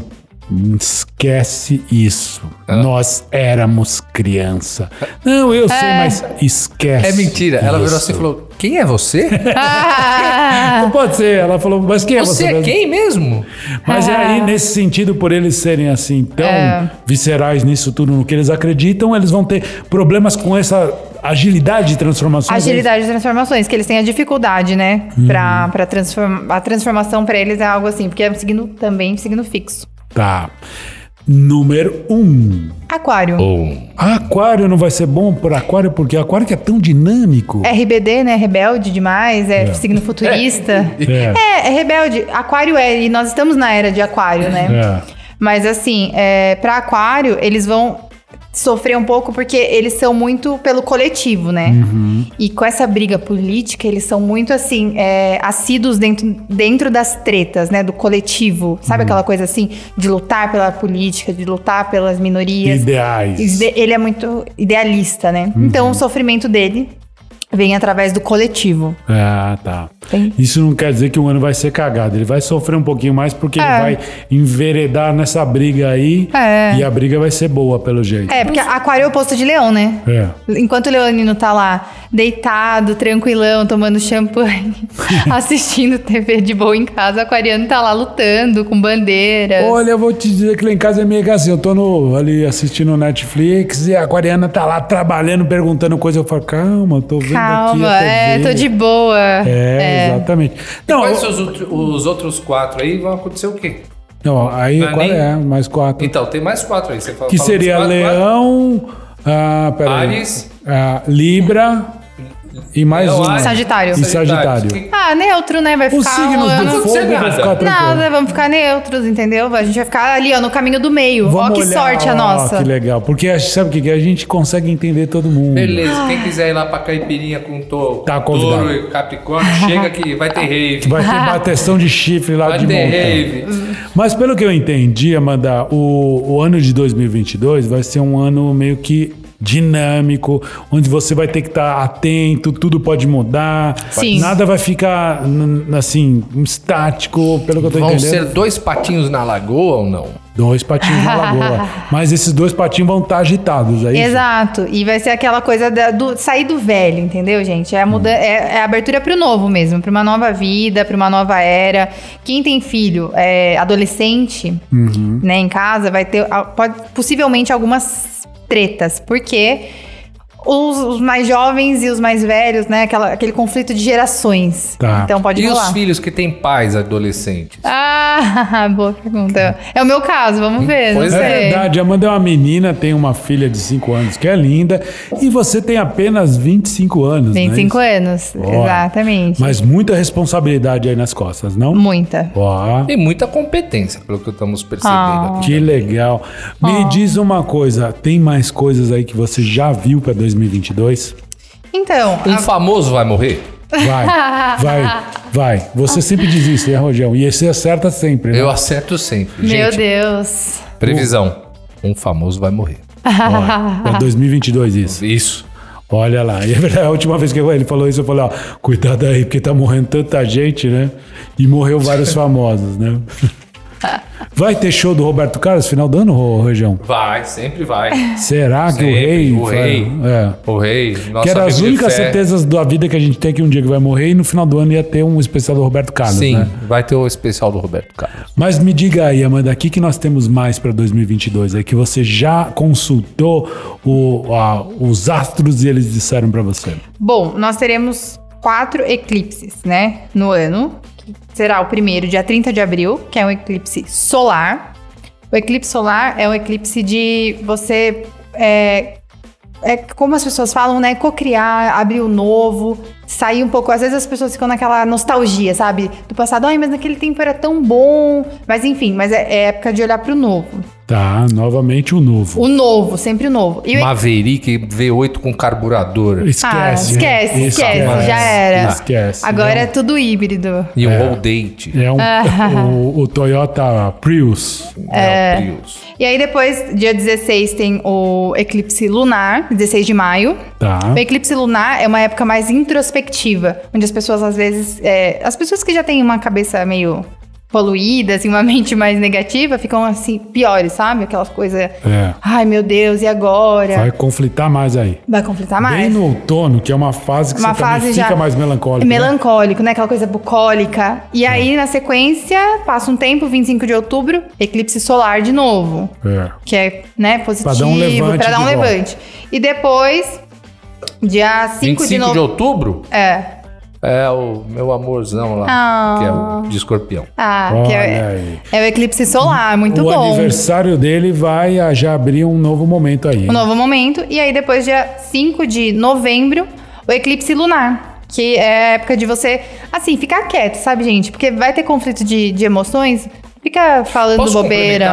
S2: Esquece isso. Nós éramos criança. Não, eu sei, mas esquece.
S4: É mentira. Ela virou
S2: isso."
S4: assim e falou: Quem é você?
S3: Ah,
S2: Não pode ser. Ela falou, mas quem [LAUGHS] é você?
S4: Você é
S2: mesmo?"
S4: quem mesmo?
S2: Mas é aí, nesse sentido, por eles serem assim tão viscerais nisso tudo, no que eles acreditam, eles vão ter problemas com essa agilidade de transformação.
S3: agilidade de transformações, que eles têm a dificuldade, né? Pra, pra transformar. A transformação pra eles é algo assim, porque é um signo também, um signo fixo.
S2: Tá. Número 1. Um.
S3: Aquário.
S4: Oh.
S2: Aquário não vai ser bom por aquário, porque aquário que é tão dinâmico.
S3: RBD, né? Rebelde demais, é, signo futurista.
S2: É.
S3: É, é rebelde. Aquário é, e nós estamos na era de aquário, né?
S2: É.
S3: Mas assim, é, para aquário, eles vão sofrer um pouco porque eles são muito pelo coletivo, né? E com essa briga política, eles são muito assim, é, assíduos dentro, dentro das tretas, né? Do coletivo. Sabe aquela coisa assim? De lutar pela política, de lutar pelas minorias.
S2: Ideais.
S3: Ide- Ele é muito idealista, né? Então o sofrimento dele vem através do coletivo.
S2: Ah, tá.
S3: Tem.
S2: Isso não quer dizer que o ano vai ser cagado. Ele vai sofrer um pouquinho mais porque
S3: É.
S2: ele vai enveredar nessa briga aí.
S3: É.
S2: E a briga vai ser boa, pelo jeito.
S3: É, porque aquário é o oposto de leão, né?
S2: É.
S3: Enquanto o Leonino tá lá, deitado, tranquilão, tomando
S2: [LAUGHS]
S3: champanhe, assistindo TV de boa em casa, o Aquariano tá lá lutando com bandeira.
S2: Olha, eu vou te dizer que lá em casa é meio que assim, eu tô no- ali assistindo Netflix e a aquariana tá lá trabalhando, perguntando coisa, eu falo, calma, eu tô vendo aqui
S3: Calma,
S2: a TV.
S3: é, tô de boa.
S2: É, exatamente. Não,
S4: Quais são os, outro- os outros quatro aí? Vão acontecer o quê?
S2: não, aí
S4: Não é
S2: qual
S4: nem-
S2: é? Mais quatro.
S4: Então, tem mais quatro aí. Você fala,
S2: que
S4: fala dos
S2: seria
S4: quatro,
S2: Leão, ah, peraí.
S4: Ares.
S2: Ah, Libra e mais
S4: Leão,
S2: um.
S4: Ares.
S3: Sagitário.
S2: E Sagitário.
S4: Que-
S3: Ah, neutro, né? Vai
S2: Os
S3: ficar. um
S2: signos
S3: ano-
S2: do um.
S4: aconteceu
S2: fogo vão
S4: nada.
S2: ficar tranquilos.
S3: Nada, vamos ficar neutros, entendeu? A gente vai ficar ali, ó, no caminho do meio. ó,
S2: Vamos
S3: que
S2: olhar,
S3: sorte
S2: ó,
S3: a nossa.
S2: Que legal. Porque a- sabe o que? que é? A gente consegue entender todo mundo.
S4: Beleza, quem quiser ir lá pra Caipirinha com to,
S2: Tá convidado. [LAUGHS]
S4: touro e capricórnio, chega que vai ter
S3: [LAUGHS]
S4: rave.
S2: Vai ter bateção de Tá chifre lá
S4: Vai
S2: de
S4: ter
S2: montanha.
S4: rave.
S2: Mas pelo que eu entendi, Amanda, o, o ano de 2022 vai ser um ano meio que dinâmico, onde você vai ter que estar atento, tudo pode mudar,
S3: Sim.
S2: nada vai ficar n- assim estático, pelo que eu tô
S4: Vão
S2: entendendo.
S4: ser dois patinhos na lagoa ou não?
S2: Dois patinhos
S3: [LAUGHS]
S2: na lagoa, mas esses dois patinhos vão estar agitados, é isso?
S3: Exato. E vai ser aquela coisa da- do sair do velho, entendeu, gente? É a,
S2: Hum.
S3: muda, é, é a abertura pro novo mesmo, pra uma nova vida, pra uma nova era. Quem tem filho, é, adolescente,
S2: Uhum.
S3: né, em casa, vai ter a- pode- possivelmente algumas tretas, porque os, os mais jovens e os mais velhos, né, aquela- aquele conflito de gerações.
S2: Tá.
S3: Então pode
S4: e
S3: rolar.
S4: os filhos que têm pais adolescentes?
S3: Ah, [LAUGHS] boa pergunta. É o meu caso, vamos ver.
S4: Pois
S3: não
S2: Hum. É
S3: sei.
S2: verdade, Amanda é uma menina, tem uma filha de 5 anos que é linda, e você tem apenas 25 anos, né?
S3: 25 anos,
S2: Ó,
S3: exatamente.
S2: Mas muita responsabilidade aí nas costas, não?
S3: Muita.
S2: Ó,
S4: E muita competência, pelo que estamos percebendo.
S3: Ah.
S4: aqui.
S2: que legal. Me diz uma coisa, tem mais coisas aí que você já viu pra 2022?
S3: Então,
S4: Um famoso vai morrer?
S2: Vai, vai, vai. Você sempre diz isso, né, Rogério? E você acerta sempre, né?
S4: Eu acerto sempre.
S3: Meu
S4: Gente,
S3: Deus.
S4: previsão. Um famoso vai morrer.
S2: Ó,
S3: [LAUGHS]
S2: pra 2022 isso.
S4: Isso.
S2: Olha lá, e é verdade, a última vez que eu- ele falou isso, eu falei, ó, cuidado aí, porque tá morrendo tanta gente, né? E morreu vários famosos, né? Vai ter show do Roberto Carlos final do ano, Ro- Rojão?
S4: Vai, sempre
S3: [LAUGHS]
S4: vai.
S2: Será que
S4: Sempre,
S2: o rei...
S4: o
S2: vai-
S4: rei.
S2: É.
S4: O rei, nosso
S2: que era as
S4: amigo de
S2: únicas
S4: fé.
S2: certezas da vida que a gente tem que um dia que vai morrer e no final do ano ia ter um especial do Roberto Carlos,
S4: Sim,
S2: né?
S4: vai ter o especial do Roberto Carlos.
S2: Mas me diga aí, Amanda, o que, que nós temos mais para 2022? É que você já consultou o- a- os astros e eles disseram para você.
S3: Bom, nós teremos quatro eclipses, né? No ano. que Será o primeiro, dia 30 de abril, que é um eclipse solar. O eclipse solar é um eclipse de você. É, é como as pessoas falam, né? Cocriar, abrir o novo, sair um pouco. Às vezes as pessoas ficam naquela nostalgia, sabe? Do passado, ai, mas naquele tempo era tão bom. Mas enfim, mas é, é época de olhar pro novo.
S2: Tá, novamente o novo.
S3: O novo, sempre o novo. E o
S4: Maverick V8 com carburador.
S3: Ah,
S2: Esquece.
S3: esquece,
S2: né?
S3: esquece, já era.
S2: Esquece.
S3: Agora é
S2: é.
S3: tudo híbrido.
S4: E um
S2: É.
S4: old date.
S2: É um,
S3: [LAUGHS]
S2: o, o Toyota Prius.
S4: É. o Prius.
S3: E aí depois, dia 16, tem o eclipse lunar, 16 de maio.
S2: Tá.
S3: O eclipse lunar é uma época mais introspectiva, onde as pessoas às vezes. é, as pessoas que já têm uma cabeça meio poluída, assim, uma [LAUGHS] mente mais negativa, ficam assim, piores, sabe? Aquelas coisas.
S2: É.
S3: Ai meu Deus, e agora?
S2: Vai conflitar mais aí.
S3: Vai conflitar Tá mais.
S2: Bem no outono, que é uma fase que
S3: uma
S2: você
S3: fase
S2: também
S3: já
S2: fica mais melancólico.
S3: É
S2: né? É.
S3: melancólico, né? Aquela coisa bucólica. E aí, na sequência, passa um tempo, 25 de outubro, eclipse solar de novo.
S2: É.
S3: Que é, né, positivo,
S2: Pra dar um levante
S3: pra dar
S2: de
S3: um
S2: volta.
S3: levante. E depois, dia 5
S4: 25
S3: de
S4: de,
S3: novembro.
S4: outubro
S3: É.
S4: é o meu amorzão lá,
S3: Ah.
S4: que é o de escorpião.
S3: Ah, que
S2: Olha
S3: é,
S2: aí.
S3: é o eclipse solar, muito
S2: o
S3: bom.
S2: aniversário dele vai ah, já abrir um novo momento aí.
S3: Um novo momento. E aí, depois, dia 5 de novembro, o eclipse lunar. Que é a época de você, assim, ficar quieto, sabe, gente? Porque vai ter conflito de, de emoções. Fica falando
S4: Posso
S3: bobeira.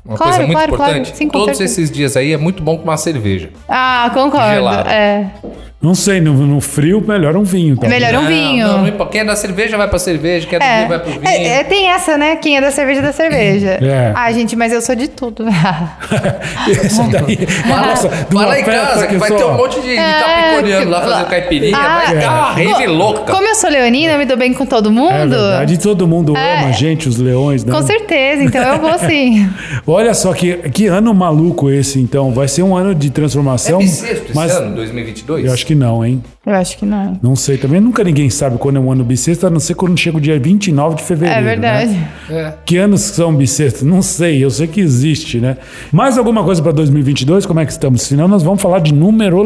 S4: complementar? Uma coisa muito importante.
S3: Sim, com
S4: Todos
S3: certeza.
S4: esses dias aí é muito bom com uma cerveja.
S3: Ah, concordo.
S4: Gelado.
S3: É.
S2: Não sei, no, no frio, melhor um vinho. Tá?
S3: Melhor um
S4: Não,
S3: vinho.
S4: Ah, Não, não importa. Quem é da cerveja vai pra cerveja, quem é do
S3: É.
S4: vinho vai pro vinho.
S3: É, é, tem essa, né? Quem é da cerveja, da cerveja.
S2: É.
S3: Ah, gente, mas eu sou de tudo. um-
S2: [LAUGHS] Essa
S4: [LAUGHS]
S2: daí. Nossa, de
S4: Ah, Vai
S2: uma
S4: lá em
S2: festa
S4: casa, que vai
S2: só-
S4: ter um monte de capricorniano lá
S3: É, que-
S4: fazendo caipirinha.
S3: Ah,
S4: vai
S3: é.
S4: dar uma rave louca.
S3: Como eu sou leonina, eu me dou bem com todo mundo. É.
S2: É verdade, e todo mundo ama a gente, os leões, né?
S3: Com certeza, então eu vou sim.
S2: Olha só que, que ano maluco esse, então. Vai ser um ano de transformação.
S4: é bissexto
S2: mas
S4: esse ano, 2022?
S2: eu acho que não, hein?
S3: Eu acho que não.
S2: Não sei também. Nunca ninguém sabe quando é um ano bissexto, a não ser quando chega o dia 29 de fevereiro.
S3: É
S2: né?
S3: verdade.
S4: É.
S2: Que anos são bissextos? Não sei, eu sei que existe, né? Mais alguma coisa para 2022? Como é que estamos? Senão nós vamos falar de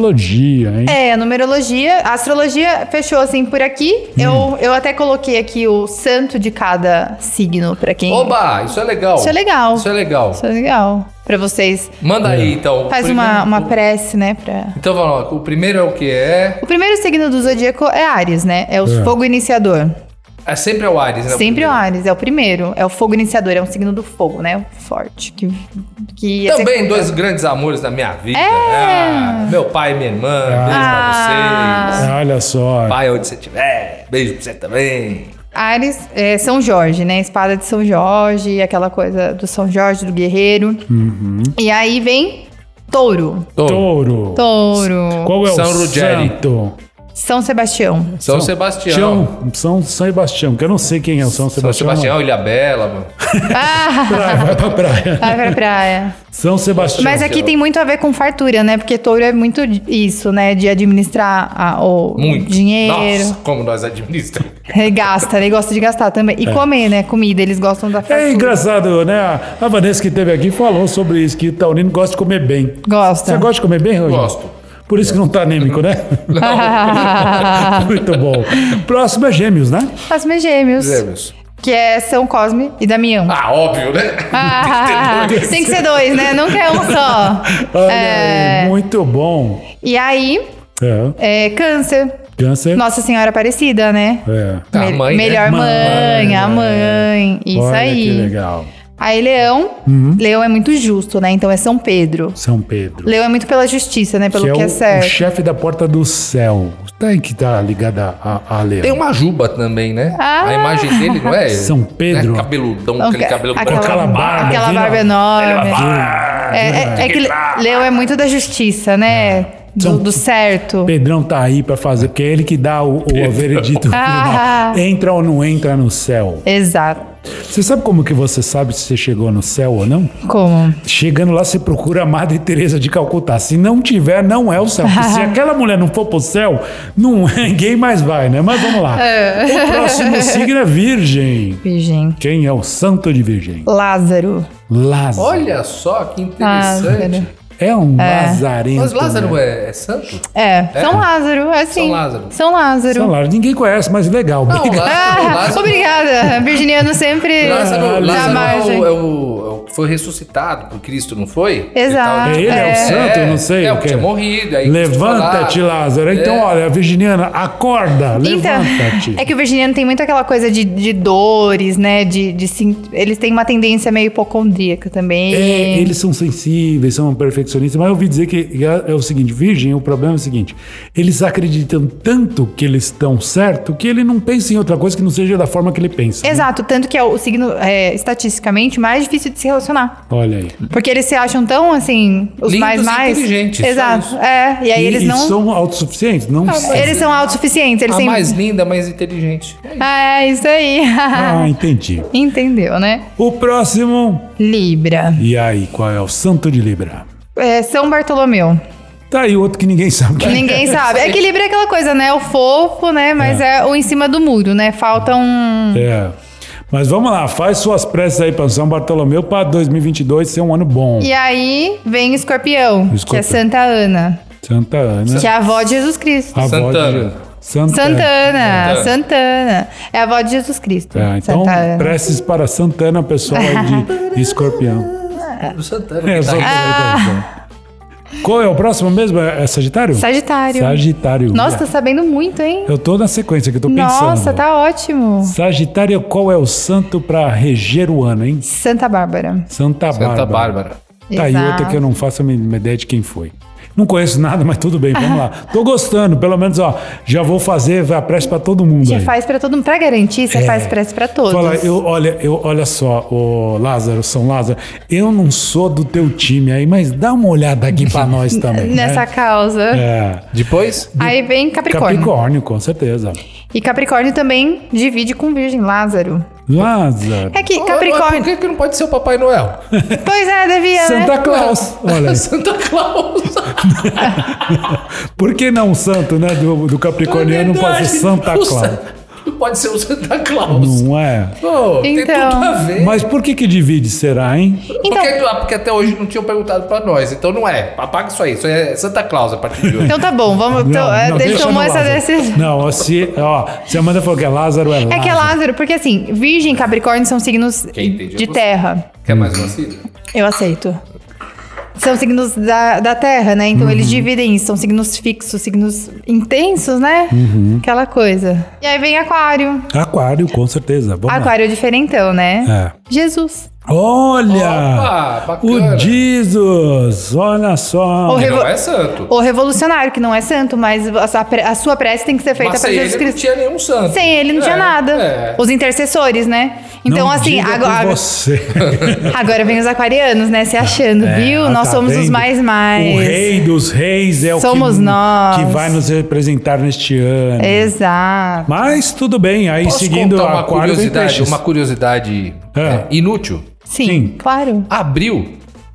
S2: numerologia, hein?
S3: É, a numerologia, a astrologia fechou assim por aqui. Eu, eu até coloquei aqui o santo de cada signo pra quem.
S4: Oba, isso é legal.
S3: Isso é legal.
S4: Isso é legal.
S3: Isso é legal. Pra vocês.
S4: Manda aí, então. o
S3: Faz
S4: primeiro-
S3: uma, uma prece, né? Pra...
S4: Então, vamos lá. O primeiro é o que é...
S3: O primeiro signo do zodíaco é Ares, né? É o fogo iniciador.
S4: É sempre é o Ares, né?
S3: Sempre o
S4: primeiro.
S3: Ares, é o primeiro. É o fogo iniciador, é um signo do fogo, né? O forte. Que, que
S4: Também
S3: é-
S4: dois grandes amores da minha vida. Ah, meu pai e minha irmã. Beijo pra vocês.
S2: Olha só.
S4: Pai, onde você estiver. Beijo pra você também.
S3: Ares é São Jorge, né? Espada de São Jorge, aquela coisa do São Jorge, do guerreiro.
S2: Uhum.
S3: E aí vem Touro.
S4: Touro.
S2: Touro.
S3: Touro.
S2: Qual é
S4: São
S2: o
S4: Ruggeri.
S2: santo?
S3: São Sebastião.
S4: São Sebastião.
S2: Tião, São Sebastião, que eu não sei quem é o São
S4: São
S2: Sebastião.
S4: Sebastião, Ilha Bela, mano.
S3: Ah, [LAUGHS]
S2: mas- Praia, vai pra praia.
S3: vai pra praia.
S2: São Sebastião.
S3: Mas é aqui tem muito a ver com fartura, né? Porque touro é muito isso, né? De administrar a- o
S4: Muito.
S3: dinheiro.
S4: Nossa, como nós administramos.
S3: E Gasta, né? E gosta de gastar também. E comer, né? Comida, eles gostam da fartura.
S2: É engraçado, né? A- A Vanessa que esteve aqui falou sobre isso, que taurino gosta de comer bem.
S3: Gosta.
S2: Você gosta de comer bem, Rogério?
S4: Gosto.
S2: Por isso que não tá anêmico,
S3: [LAUGHS]
S2: né? Muito bom. Próximo é gêmeos, né?
S3: As minhas gêmeos.
S4: Gêmeos.
S3: Que é São Cosme e Damião.
S4: Ah, óbvio, né?
S3: Ah,
S4: Tem que ter dois.
S3: tem que
S2: [LAUGHS]
S3: ser dois, né? Nunca é um só.
S2: Olha
S3: É.
S2: aí, muito bom.
S3: E aí,
S2: É.
S3: é, câncer.
S2: Câncer.
S3: Nossa Senhora Aparecida, né?
S2: É.
S4: A
S3: Me-
S4: mãe, né?
S3: melhor mãe,
S2: Mãe, é.
S3: a mãe. Isso
S2: Olha Que
S3: aí.
S2: legal. Uhum.
S3: Aí Leão, Leão é muito justo, né? Então é São Pedro.
S2: São Pedro.
S3: Leão é muito pela justiça, né? Pelo que é,
S2: o, o
S3: certo.
S2: chefe da porta do céu. Tem que estar ligada a, a Leão.
S3: um
S4: Tem uma juba também, né?
S3: Ah.
S4: A imagem dele, não é?
S2: São Pedro.
S4: Né? Cabeludão,
S3: Então,
S4: aquele cabelo branco.
S2: aquela barba,
S3: aquela
S2: vira-
S3: barba enorme.
S2: Ah,
S3: É, é- é que Le- Leão é muito da justiça, né? Do,
S2: É. São-
S3: do certo.
S2: Pedrão tá aí pra fazer, porque é ele que dá o,
S3: [LAUGHS]
S2: o veredito
S3: Ah.
S2: final. Entra ou não entra no céu.
S3: Exato.
S2: Você sabe como que você sabe se você chegou no céu ou não?
S3: Como?
S2: Chegando lá, você procura a Madre Teresa de Calcutá. Se não tiver, não é o céu. Porque
S3: [LAUGHS]
S2: se aquela mulher não for pro céu, não, é, [LAUGHS] ninguém mais vai, né? Mas
S3: [LAUGHS]
S2: vamos lá. O próximo signo é Virgem.
S3: Virgem.
S2: Quem é o santo de Virgem?
S3: Lázaro.
S2: Lázaro.
S4: Olha só que interessante.
S3: Lázaro.
S2: É um lazarento.
S4: Mas Lázaro
S2: né?
S4: é, é santo?
S3: É,
S4: É?
S3: São Lázaro, é assim.
S4: São Lázaro.
S3: São Lázaro.
S2: Sei lá, ninguém conhece, mas legal.
S4: é. Não,
S2: Obrigado.
S3: Ah,
S4: Lázaro, Lázaro,
S3: obrigada. Virginiano sempre
S4: Lázaro,
S3: dá
S4: Lázaro é
S3: margem.
S4: o- é o- é o que foi ressuscitado por Cristo, não foi?
S3: Exato.
S4: E tal,
S2: Ele é,
S3: É.
S2: o santo, eu não sei.
S4: É,
S2: o
S4: o que tinha morrido. aí
S2: Levanta-te,
S4: Cristo foi lá.
S2: Lázaro. Então,
S4: É.
S2: olha, Virginiana, acorda,
S3: Então,
S2: levanta-te.
S3: é que o virginiano tem muito aquela coisa de, de dores, né? De, de sim- eles têm uma tendência meio hipocondríaca também.
S2: É, eles são sensíveis, são perfeccionistas, mas eu ouvi dizer que é, é o seguinte, virgem, o problema é o seguinte, eles acreditam tanto que eles estão certo que ele não pensa em outra coisa que não seja da forma que ele pensa. né?
S3: Exato, tanto que é o signo, é, estatisticamente, mais difícil de se relacionar.
S2: Olha aí.
S3: Porque eles se acham tão, assim, os
S4: Lindos
S3: mais
S4: e
S3: mais.
S4: inteligentes, só
S3: Exato,
S4: isso.
S3: é. E aí eles
S2: e
S3: não.
S2: são autossuficientes? Não, são.
S3: Eles são autossuficientes, eles
S4: A
S3: têm.
S4: mais linda, mais inteligente.
S3: Ah, é isso aí.
S2: Ah, entendi.
S3: [LAUGHS] Entendeu, né?
S2: O próximo...
S3: Libra.
S2: E aí, qual é o santo de Libra?
S3: É, São Bartolomeu.
S2: Tá aí outro que ninguém [LAUGHS] sabe quem é.
S3: Ninguém sabe. É que Libra é aquela coisa, né? O fofo, né? Mas é, o em cima do muro, né? Falta um.
S2: É. Mas vamos lá, faz suas preces aí para São Bartolomeu para 2022 ser um ano bom.
S3: E aí vem Escorpião, que é
S2: Escorpião.
S3: Santa Ana,
S2: Santa Ana.
S3: que é a avó de Jesus Cristo.
S2: a avó
S4: Santana.
S2: de- Santa,
S3: Santana,
S4: Santana.
S3: Santana. É a avó de Jesus Cristo.
S2: Tá, então,
S3: Santa Ana.
S2: preces para Santana, pessoal aí
S3: [LAUGHS]
S2: de Escorpião.
S4: Do Santana.
S2: É,
S4: que tá
S2: Santana,
S3: Ah!
S2: então. Qual é o próximo mesmo? É é Sagitário?
S3: Sagitário.
S2: Sagitário.
S3: Nossa, tá sabendo muito, hein?
S2: Eu tô na sequência que eu tô pensando.
S3: Nossa, tá ótimo.
S2: Sagitário, qual é o santo para reger o ano, hein?
S3: Santa Bárbara.
S2: Santa Bárbara.
S4: Santa Bárbara.
S2: Tá aí
S3: Exato.
S2: outra que eu não faço a mínima ideia de quem foi. Não conheço nada, mas tudo bem, vamos lá. Tô gostando, pelo menos, ó, já vou fazer a prece pra todo mundo
S3: Você
S2: aí.
S3: faz pra todo mundo. Pra garantir, você faz prece pra todos.
S2: É. Fala, eu, olha, eu, olha só, ô Lázaro, São Lázaro, eu não sou do teu time aí, mas dá uma olhada aqui pra nós
S3: [LAUGHS]
S2: também.
S3: Nessa
S2: né?
S3: causa.
S2: É,
S4: Depois,
S3: Aí vem Capricórnio.
S2: Capricórnio, com certeza.
S3: E Capricórnio também divide com Virgem, Lázaro.
S2: Lázaro.
S3: É que
S4: Por
S3: Capricórnio.
S4: que, que não pode ser o Papai Noel?
S3: Pois é, devia, né? [LAUGHS]
S2: Santa
S4: [LAUGHS]
S2: Claus, olha aí.
S4: Santa Claus.
S2: Por que não o santo, né, do, do Capricorniano
S3: É
S2: pode ser Santa
S4: O Sa-
S2: Claus?
S4: Não pode ser o Santa Claus.
S2: Não é?
S4: Pô, tem tudo
S3: Então.
S4: a ver.
S2: Mas por que que divide, será, hein?
S3: Então-
S4: Porque, ah, porque até hoje não tinham perguntado pra nós. Então não é. Apaga isso aí. Isso é Santa Claus a partir de hoje.
S3: Então tá bom, vamos. então, é,
S2: não,
S3: ele
S2: deixa
S3: tomou
S2: no
S3: essa
S2: Lázaro.
S3: decisão.
S2: Não, se, ó, se a Amanda falou que é Lázaro, é Lázaro.
S3: É que é Lázaro, porque assim, Virgem e Capricórnio são signos
S4: Quem entende é
S3: de
S4: você.
S3: terra.
S4: Quer mais uma cida?
S3: Eu aceito. São signos da, da terra, né? Então
S2: Uhum.
S3: eles dividem isso. São signos fixos, signos intensos, né?
S2: Uhum.
S3: Aquela coisa. E aí vem Aquário.
S2: Aquário, com certeza. Vamos lá.
S3: Aquário é diferentão, né?
S2: É.
S3: Jesus.
S2: Olha!
S4: Opa, bacana.
S2: o Jesus! Olha só!
S3: O
S4: Ele
S3: revo-
S4: não é santo.
S3: O revolucionário, que não é santo, mas a, pre- a sua prece tem que ser feita
S4: Mas
S3: para
S4: sem
S3: é Jesus
S4: ele não
S3: Cristo.
S4: tinha nenhum santo.
S3: Sem ele não tinha
S4: É,
S3: nada.
S4: é.
S3: Os intercessores, né? Então,
S2: Não
S3: assim,
S2: diga por
S3: agora,
S2: Você.
S3: agora vem os aquarianos, né? Se achando,
S2: É,
S3: [LAUGHS] viu?
S2: ah,
S3: Nós
S2: tá
S3: somos os
S2: vendo?
S3: mais
S2: O
S3: mais.
S2: rei dos reis é o
S3: Somos
S2: que,
S3: nós. É.
S2: que vai nos representar neste ano.
S3: Exato.
S2: Mas tudo bem, aí
S4: Posso
S2: seguindo
S4: contar uma
S2: aquário vem
S4: curiosidade,
S2: peixes.
S4: uma curiosidade
S2: É.
S4: é, inútil.
S3: Sim,
S2: Sim.
S3: claro.
S4: Abril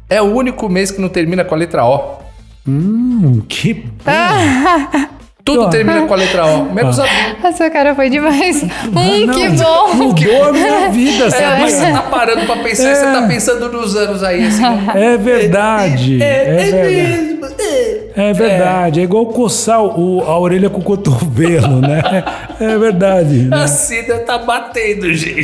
S4: é o único mês que não termina com a letra O.
S2: Hum, que bom.
S3: Ah,
S4: Tudo termina com a letra O, menos
S2: Ah.
S4: abril.
S3: A sua cara foi
S2: [LAUGHS]
S3: demais. Hum,
S2: Não,
S3: que bom.
S2: Mudou a
S3: [LAUGHS]
S2: minha vida,
S4: É, mas você
S2: sabe?
S4: tá parando pra pensar,
S2: É.
S4: você tá pensando nos anos aí, assim.
S2: É verdade. É verdade.
S4: mesmo. é.
S2: É verdade. É igual coçar o- a orelha com o cotovelo,
S4: [LAUGHS]
S2: né? É verdade. né?
S4: A Cida tá batendo,
S2: [LAUGHS]
S4: gente.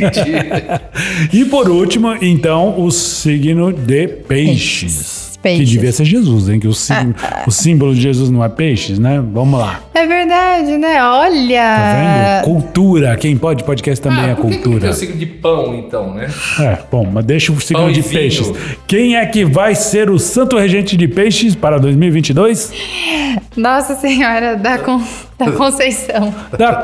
S2: E por último, então, o signo de peixes. Que
S3: Peixes.
S2: devia ser Jesus, hein? Que
S3: [LAUGHS]
S2: o, signo- o símbolo de Jesus não é peixes, né? Vamos lá.
S3: É verdade, né?
S2: Tá
S3: Olha. Ah.
S2: vendo? Cultura. Quem pode, podcast também é
S4: Ah, por que que não tem
S2: cultura.
S4: o signo de pão, então, né?
S2: É, bom, mas deixa o signo
S4: Pão e
S2: de
S4: vinho.
S2: peixes. Quem é que vai ser o santo regente de peixes para 2022?
S3: Nossa Senhora da, Con- da Conceição.
S2: Da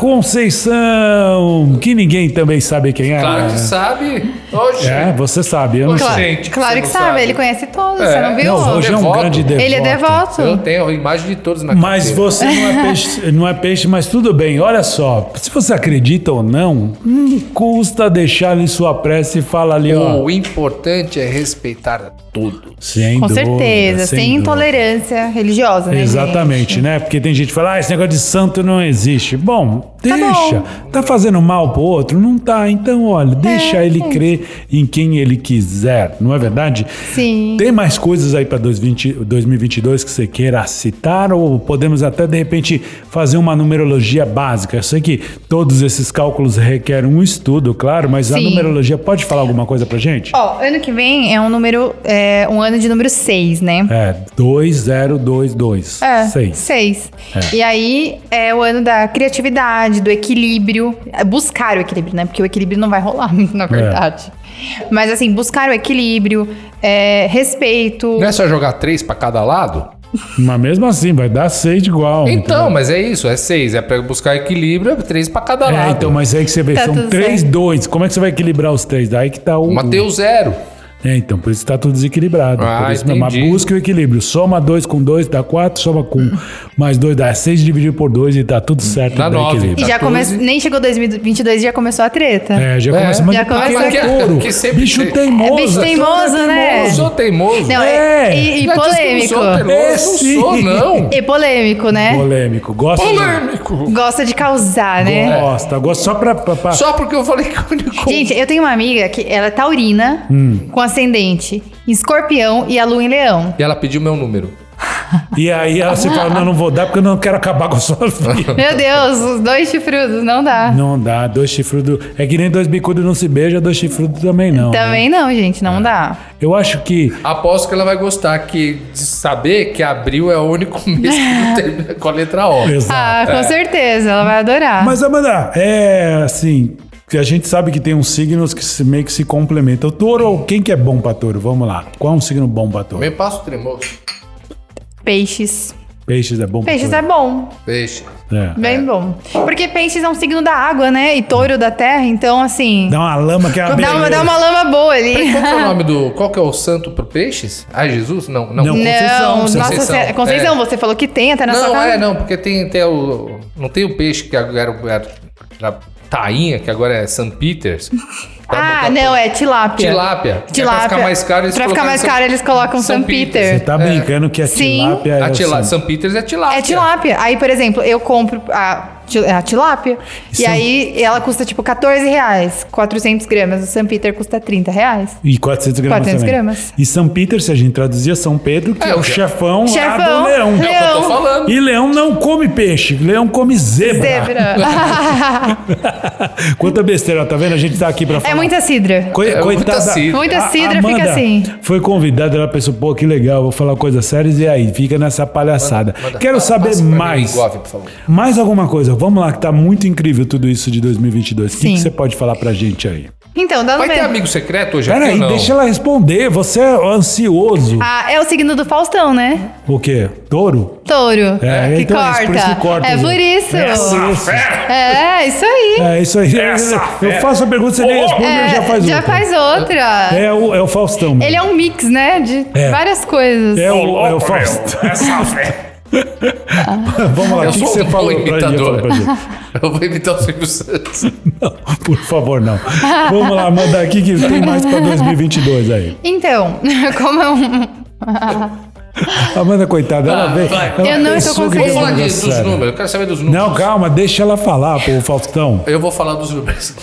S2: Conceição, que ninguém também sabe quem é.
S4: Claro que
S2: né?
S4: sabe. Hoje.
S2: É, você sabe, eu não
S4: Claro.
S2: sei.
S4: Gente,
S3: claro
S4: você
S3: que
S4: não
S3: sabe,
S4: sabe.
S3: ele conhece todos,
S4: É.
S3: você não viu?
S2: Não, o Roger é um
S4: Devoto.
S2: grande devoto.
S3: ele é devoto.
S4: Eu tenho a imagem de todos na
S2: Mas
S4: carteira.
S2: você não é, peixe, não é peixe, mas tudo bem. Olha só, se você acredita ou não, não custa deixar ali sua prece e fala ali, ó.
S4: O importante é respeitar tudo.
S2: Sem
S3: Com
S2: dúvida,
S3: certeza, sem,
S2: dúvida.
S3: intolerância religiosa, né?
S2: Exatamente, né? Porque tem gente que fala, ah, esse negócio de santo não existe. Bom, deixa. Tá fazendo mal pro outro? Não tá. Então,
S3: É,
S2: olha, deixa ele crer em quem ele quiser, não é verdade?
S3: Sim.
S2: Tem mais coisas aí pra 2020 2022 que você queira citar ou podemos até, de repente, fazer uma numerologia básica? Eu sei que todos esses cálculos requerem um estudo, claro, mas a
S3: Sim.
S2: numerologia pode falar alguma coisa pra gente?
S3: Ó, ano que vem é um número. É, um ano de número 6, né? É,
S2: É, 2022. É. Seis.
S3: seis.
S2: É.
S3: E aí é o ano da criatividade, do equilíbrio. É, Buscar o equilíbrio, né? Porque o equilíbrio não vai rolar, [LAUGHS] na verdade. Mas assim, buscar o equilíbrio, é, respeito.
S4: Não é só jogar três pra cada lado?
S2: Mas mesmo assim, vai dar seis de igual.
S4: Então, mas é isso, é seis. É pra buscar equilíbrio, é três pra cada
S2: né? É,
S4: lado.
S2: então, mas aí que você vê,
S3: Tá
S2: são
S3: tudo
S2: três,
S3: certo.
S2: dois. Como é que você vai equilibrar os três? Daí que tá o.
S4: Mateus zero.
S2: É, então, por isso tá tudo desequilibrado.
S4: Ah,
S2: por isso mesmo, mas
S4: entendi.
S2: busca o equilíbrio. Soma dois com dois, dá quatro, soma com mais dois, dá seis dividido por dois e tá tudo certo.
S4: Dá
S2: dá
S4: nove.
S3: e
S2: equilíbrio.
S3: já
S4: 14.
S3: começou. Nem chegou 2022 e já começou a treta.
S2: É, já
S4: É.
S2: começa a
S3: Já começa-
S2: porque é touro.
S4: Que sempre
S2: bicho
S4: tem.
S2: teimoso.
S3: É bicho
S2: todo
S3: teimoso,
S2: é
S3: né?
S4: Eu
S2: teimoso.
S4: sou teimoso.
S3: Não,
S2: É.
S3: é, e, e
S4: Já disse que
S3: polêmico.
S4: Não sou,
S2: É,
S4: teimoso, não
S2: sim. É. [LAUGHS]
S4: sou, não.
S3: E polêmico, né?
S2: Polêmico. Gosta. de-
S4: Polêmico.
S3: Gosta de causar, né?
S2: Gosta. Gosta só pra. pra, pra-
S4: Só porque eu falei que é o único.
S3: Gente, eu tenho uma amiga que ela é taurina,
S2: Hum.
S3: com ascendente, em escorpião e a lua em leão.
S4: E ela pediu meu número.
S2: E aí ela se fala: não, não vou dar porque eu não quero acabar com a sua [LAUGHS] vida.
S3: Meu Deus, os dois chifrudos, não dá.
S2: Não dá, dois chifrudos. É que nem dois bicudos não se beijam, dois chifrudos também não. né?
S3: Também não, gente, não dá.
S2: Eu acho que.
S4: Aposto que ela vai gostar que, de saber que abril é o único [LAUGHS] mês que não
S3: [LAUGHS]
S4: termina com a letra O.
S2: Exato. É.
S3: Ah, com certeza, ela vai adorar.
S2: Mas, Amanda, é assim. que A gente sabe que tem uns signos que se- meio que se complementam. O touro, quem que é bom pra touro? Vamos lá. Qual é um signo bom pra touro?
S4: Meu passo tremoso.
S3: Peixes.
S2: Peixes é bom pra
S3: Peixes é
S2: touro?
S3: bom,
S4: Deixa.
S2: É.
S3: bem bom. Porque peixes é um signo da água, né? E touro da terra, então assim.
S2: Dá uma lama que é uma
S3: Dá uma,
S2: beleza.
S3: dá uma lama boa ali.
S4: Qual que é o nome do. Qual que é o santo pro peixes? Ah, Jesus? Não, não.
S2: Não. Conceição,
S3: Não,
S2: Conceição.
S3: nossa Senhora-
S4: É.
S3: Conceição, você falou que tem até na sua
S4: Não,
S3: casa.
S4: é, não, porque tem até o. Não tem o peixe que agora era. era tainha, que agora é St.
S3: [LAUGHS]
S4: Peters.
S3: Ah, não, é tilápia.
S4: Tilápia. Que é
S3: Tilápia.
S4: Pra ficar mais caro, eles
S3: Pra ficar
S4: colocaram
S3: mais
S4: São-
S3: caro, eles colocam
S4: São
S3: São
S4: Peter.
S2: Você
S3: Peter.
S2: tá brincando que a
S3: Sim.
S2: tilápia é
S4: A
S2: o
S4: tilá...
S2: signo.
S4: São Peters é tilápia.
S3: É tilápia. Aí, por exemplo, eu compro a, ti- a tilápia
S2: Isso
S3: e
S2: é um-
S3: aí ela custa tipo 14 reais, 400 gramas. O San Peter custa 30 reais.
S2: E 400 gramas
S3: 400
S2: também.
S3: gramas.
S2: E São Peter, se a gente traduzia, São Pedro, que é,
S4: É,
S2: o
S4: o-
S2: chefão, lá
S3: Chefão,
S2: do leão.
S3: leão.
S4: É Eu tô falando.
S2: E leão não come peixe, leão come Ah.
S3: Zebra.
S2: [LAUGHS] Quanta besteira, tá vendo? A gente tá aqui pra falar.
S3: é muita sidra.
S2: Coi-
S4: É muita
S2: coitada.
S4: cidra.
S3: Muita
S2: A-
S3: cidra
S2: Amanda
S3: fica assim.
S2: Foi convidada, ela pensou, pô, que legal, vou falar coisas sérias e aí, fica nessa palhaçada.
S4: Manda,
S2: Quero
S4: pa-
S2: saber
S4: passa pra mim o
S2: mais.
S4: Engove, por favor.
S2: Mais alguma coisa, Souza, vamos lá, que tá muito incrível tudo isso de 2022. O que
S3: Sim.
S2: que você pode falar pra gente aí?
S3: Então, dando
S4: Vai ter
S3: mesmo.
S4: amigo secreto hoje aqui
S2: Peraí,
S4: ou não?
S2: deixa ela responder. Você é ansioso.
S3: Ah, é o signo do Faustão, né?
S2: O quê? Touro?
S3: Touro.
S2: É,
S3: que
S2: então é isso,
S3: corta.
S2: por isso que corta,
S3: É
S2: gente. assim.
S3: por isso.
S2: Essa
S4: fera!
S3: É, isso aí.
S2: É isso aí.
S4: Essa
S2: eu
S4: fera.
S2: faço a pergunta, você nem
S4: Ô, ô.
S2: responde,
S3: É,
S2: já faz outra.
S3: faz outra.
S2: É o, é o Faustão. mesmo.
S3: Ele é um mix, né? De
S2: É.
S3: várias coisas.
S2: É
S4: Ô,
S2: o, é o
S4: louco,
S2: Faustão.
S4: meu. Essa fera!
S2: [LAUGHS] Vamos lá,
S4: Eu
S2: o que, que
S4: sou
S2: você
S4: um
S2: falou pra gente?
S4: imitador.
S2: Fala pra gente.
S4: [LAUGHS] Eu vou imitar o Silvio Santos.
S2: Não, por favor, não. Vamos lá, manda aqui que tem mais pra 2022 aí.
S3: Então, [LAUGHS] como é um.
S2: Amanda, coitada, ela
S4: Ah,
S2: vem.
S4: vai.
S2: ela é
S3: Eu não
S2: vem
S3: estou
S2: sobre
S3: conseguindo.
S4: Vamos falar
S2: coisa
S4: de- dos
S2: séria.
S4: números. Eu quero saber dos números.
S2: Não, calma, deixa ela falar, pô, Faustão.
S4: Eu vou falar dos números.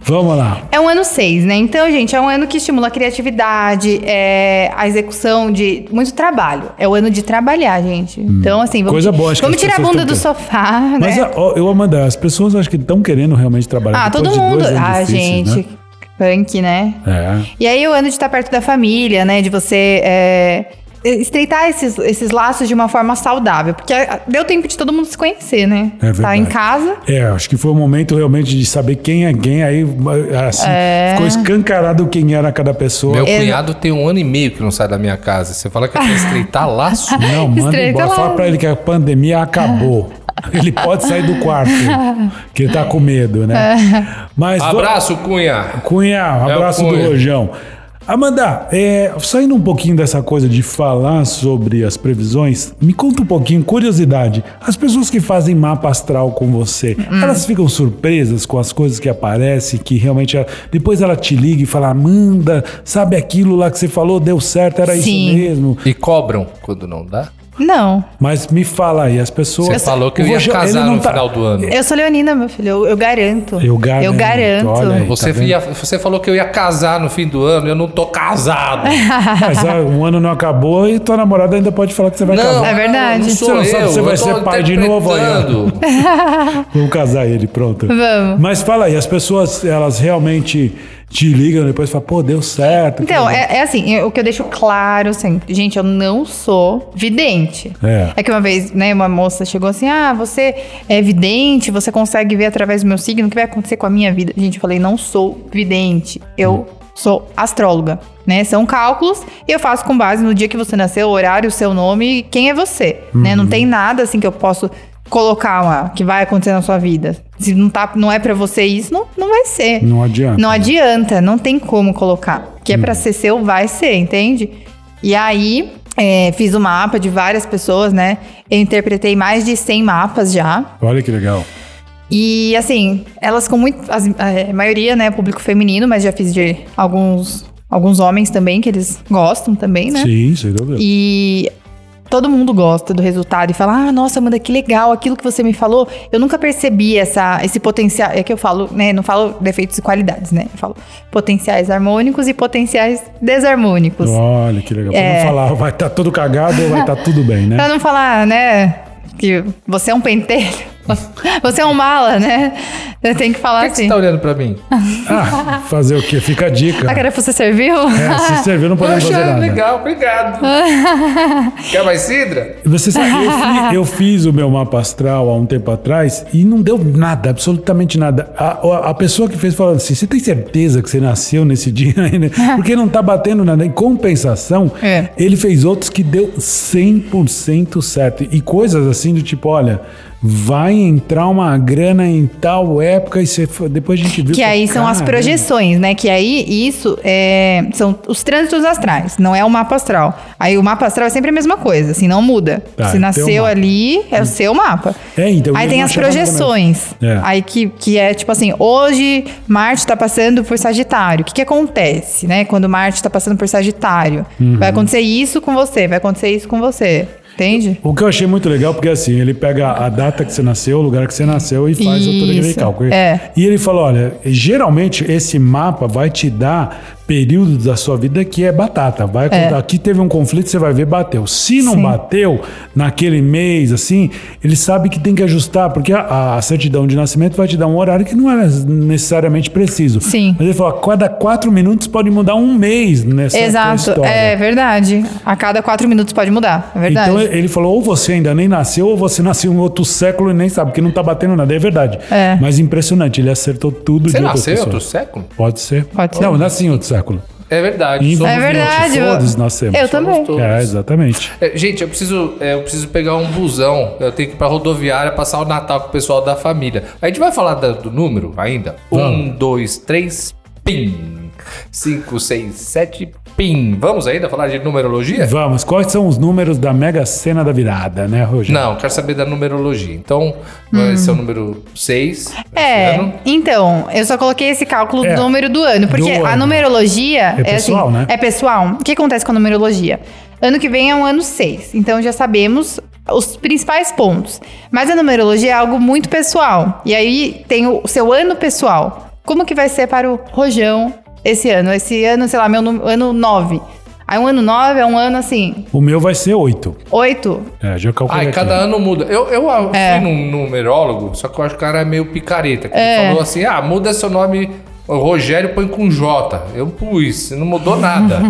S2: Vamos lá.
S3: É um ano 6, né? Então, gente, é um ano que estimula a criatividade, é, a execução de muito trabalho. É o ano de trabalhar, gente. Então, assim, vamos,
S2: Hum. Coisa boa, acho que
S3: vamos
S2: as
S3: tirar a
S2: pessoas
S3: bunda
S2: tão
S3: do sofá, né?
S2: Mas é, ó, eu, Amanda, as pessoas acho que estão querendo realmente trabalhar.
S3: ah,
S2: depois
S3: todo
S2: de dois
S3: mundo.
S2: anos
S3: Ah,
S2: difíceis,
S3: gente,
S2: né?
S3: punk, né?
S2: É.
S3: E aí o ano de estar perto da família, né? De você é, estreitar esses, esses laços de uma forma saudável. Porque ah, deu tempo de todo mundo se conhecer, né?
S2: É verdade.
S3: tá em casa.
S2: É, acho que foi o momento realmente de saber quem é quem, aí assim,
S3: É.
S2: ficou escancarado quem era cada pessoa.
S4: Meu cunhado tem um ano e meio que não sai da minha casa. Você fala que é pra
S2: [LAUGHS]
S4: estreitar laço?
S2: Não, manda
S3: Estreita
S2: embora.
S3: lá.
S2: Fala pra ele que a
S3: [LAUGHS]
S2: pandemia acabou. Ele pode sair do quarto, que ele tá com medo, né?
S3: É.
S2: Mas vamos-
S4: Abraço, Cunha!
S2: Cunha,
S4: É o
S2: abraço
S4: Cunha.
S2: do Rojão. Amanda, é, saindo um pouquinho dessa coisa de falar sobre as previsões, me conta um pouquinho, curiosidade. As pessoas que fazem mapa astral com você,
S3: Hum.
S2: elas ficam surpresas com as coisas que aparecem, que realmente. ela- depois ela te liga e fala: Amanda, sabe aquilo lá que você falou, deu certo, era isso
S3: Sim.
S2: mesmo.
S4: E cobram quando não dá?
S3: Não.
S2: Mas me fala aí, as pessoas.
S4: Você falou que eu
S2: vou
S4: ia
S2: já-
S4: casar
S2: ele não
S4: no
S2: tá-
S4: final do ano.
S3: Eu sou leonina, meu filho. Eu, eu garanto.
S2: Eu garanto,
S3: Eu
S2: olha aí.
S3: garanto.
S4: Você,
S2: Tá vendo?
S4: ia- você falou que eu ia casar no fim do ano, eu não tô casado.
S2: [LAUGHS] Mas ah, um ano não acabou e tua namorada ainda pode falar que você vai
S4: não,
S2: casar.
S3: É verdade.
S4: Não sou
S2: Você não sabe
S4: eu,
S2: se você
S4: eu
S2: vai
S4: tô
S2: ser pai de novo aí, ó.
S4: interpretando.
S2: Vamos casar ele, pronto.
S3: Vamos.
S2: Mas fala aí, as pessoas, elas realmente te ligam depois e falam, pô, deu certo.
S3: Então,
S2: que legal.
S3: é, é assim, eu- o que eu deixo claro sempre. Gente, eu não sou vidente.
S2: É.
S3: que uma vez, né, uma moça chegou assim: ah, você é vidente, você consegue ver através do meu signo o que vai acontecer com a minha vida. Gente, eu falei: não sou vidente. Eu. Sou astróloga, né? São cálculos e eu faço com base no dia que você nasceu, o horário, o seu nome e quem é você, né?
S2: Uhum.
S3: Não tem nada assim que eu posso colocar uma, que vai acontecer na sua vida. Se não, tá, não é pra você isso, não, não vai ser.
S2: Não adianta.
S3: é-
S2: né?
S3: Não adianta, não tem como colocar. Que é pra ser seu, vai ser, entende? E aí, é, fiz o mapa de várias pessoas, né? Eu interpretei mais de 100 mapas já.
S2: Olha que legal.
S3: E assim, elas com muito. as- a maioria, né? Público feminino, mas já fiz de alguns, alguns homens também, que eles gostam também, né?
S2: Sim, sem dúvida.
S3: E todo mundo gosta do resultado e fala: "Ah, nossa, Amanda, que legal, aquilo que você me falou, eu nunca percebi essa esse potencial". É que eu falo, né, não falo defeitos e qualidades, né? Eu falo potenciais harmônicos e potenciais desarmônicos.
S2: Olha que legal. Pra
S3: É.
S2: não falar, vai estar tudo cagado ou vai estar tudo bem,
S3: [LAUGHS]
S2: né?
S3: Pra não falar, né, que você é um pentelho, [LAUGHS] você é um mala, né? Eu tenho que falar
S4: Por que que
S3: assim.
S4: você tá olhando pra [LAUGHS] mim?
S2: Ah, fazer o quê? Fica a dica.
S3: A cara você serviu?
S2: É, se servir, não podemos fazer
S4: Poxa,
S2: nada.
S4: legal, obrigado. [LAUGHS] Quer mais cidra?
S2: Você sabe,
S3: [LAUGHS]
S2: eu, fi- eu fiz o meu mapa astral há um tempo atrás e não deu nada, absolutamente nada. A, a- a pessoa que fez falou assim: você tem certeza que você nasceu nesse [LAUGHS] dia ainda? Porque não tá batendo nada. Em compensação,
S3: É.
S2: ele fez outros que deu 100% certo. E coisas assim do tipo: olha, vai entrar uma grana em tal época e você, fa- depois a gente viu.
S3: Que aí são as
S2: caramba.
S3: projeções, né? Que aí isso é, são os trânsitos astrais, não é o mapa astral. Aí o mapa astral é sempre a mesma coisa, assim, não muda.
S2: Tá,
S3: Se
S2: é teu
S3: nasceu
S2: mapa. Hum.
S3: ali, é o seu mapa.
S2: É, então,
S3: aí
S2: eu
S3: tem
S2: não
S3: as
S2: achava nada
S3: projeções.
S2: mesmo. É.
S3: Aí que, que é tipo assim, hoje Marte tá passando por Sagitário. O que, que acontece, né? Quando Marte tá passando por Sagitário?
S2: Uhum.
S3: Vai acontecer isso com você, vai acontecer isso com você. Entende?
S2: O que eu achei muito legal, porque assim, ele pega a data que você nasceu, o lugar que você nasceu e faz o todo aquele
S3: Isso,
S2: cálculo.
S3: é.
S2: E ele falou: olha, geralmente esse mapa vai te dar período da sua vida que é batata. Vai contar, aqui teve um conflito, você vai ver, bateu. Se não
S3: Sim.
S2: bateu naquele mês, assim, ele sabe que tem que ajustar, porque a, a certidão de nascimento vai te dar um horário que não é necessariamente preciso.
S3: Sim.
S2: Mas ele falou, a cada quatro minutos pode mudar um mês nessa
S3: Exato,
S2: história.
S3: é verdade. A cada quatro minutos pode mudar, é verdade.
S2: Então ele falou, ou você ainda nem nasceu, ou você nasceu em outro século e nem sabe, porque não tá batendo nada. É verdade.
S3: É.
S2: Mas impressionante, ele acertou tudo
S4: Você
S2: de outras
S4: nasceu em outro
S2: pessoas.
S4: século?
S2: Pode ser.
S3: Pode ser.
S2: Não, eu nasci em outro século.
S4: É verdade.
S2: Em
S4: somos-
S3: É verdade, eu-
S2: Todos nascemos.
S3: eu também.
S4: todos.
S2: É, exatamente.
S4: É, gente, eu preciso, é, eu preciso pegar um busão. Eu tenho que ir pra rodoviária passar o Natal com o pessoal da família. A gente vai falar da- do número ainda? Um, dois, três, pim. Cinco, seis, sete, pim. Vamos ainda falar de numerologia?
S2: Vamos, quais são os números da Mega Sena da virada, né, Rogério?
S4: Não, quero saber da numerologia. Então, vai ser o número 6.
S3: É, então, eu só coloquei esse cálculo
S2: É.
S3: do número do ano, porque
S2: Do
S3: a
S2: ano.
S3: numerologia
S2: É pessoal,
S3: assim,
S2: né?
S3: É pessoal. O que acontece com a numerologia? Ano que vem é um ano 6, então já sabemos os principais pontos. Mas a numerologia é algo muito pessoal. E aí tem o seu ano pessoal. Como que vai ser para o Rojão esse ano? Esse ano, sei lá, meu nu- ano 9. Aí um ano 9 é um ano assim,
S2: O meu vai ser oito.
S3: 8,
S2: É, já calculei.
S4: Ai,
S2: aqui.
S4: cada ano muda. Eu, eu ah, fui num numerólogo, só que eu acho que o cara é meio picareta. Que ele falou assim: ah, muda seu nome. o Rogério põe com J. Eu pus, não mudou
S2: [LAUGHS]
S4: nada.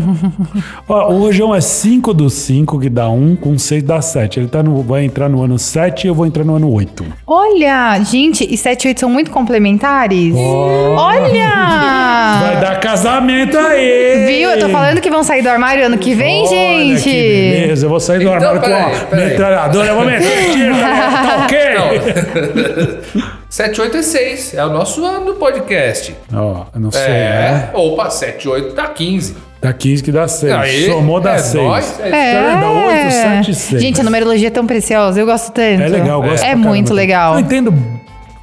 S2: Ó, o Rojão é 5 dos 5, que dá 1, um, com 6 dá 7. Ele tá no, vai entrar no ano 7 e eu vou entrar no ano 8.
S3: Olha, gente, e 7 e 8 são muito complementares.
S2: Vai
S3: Olha!
S2: dar casamento aí!
S3: Ah. Viu? Eu tô falando que vão sair do armário ano que vem,
S2: Olha
S3: gente.
S2: que beleza, eu vou sair do
S4: Então,
S2: armário
S4: peraí,
S2: com a
S4: peraí.
S2: metralhadora, eu vou meter
S3: [LAUGHS]
S2: tiro, tá
S4: [LAUGHS]
S2: ok?
S4: Não. 78 é 6, é o nosso ano do podcast.
S2: Ó, eu não sei, é.
S4: É. Opa, 78 dá 15.
S2: Dá 15 que dá 6,
S4: Aí,
S2: somou dá
S4: é
S2: 6.
S4: nóis, é
S3: É.
S2: Tá, Dá 8, 7, 6.
S3: Gente, a numerologia é tão preciosa, eu gosto tanto.
S2: É legal, eu gosto
S3: É
S2: pra
S3: muito
S2: caramba.
S3: legal.
S2: Não entendo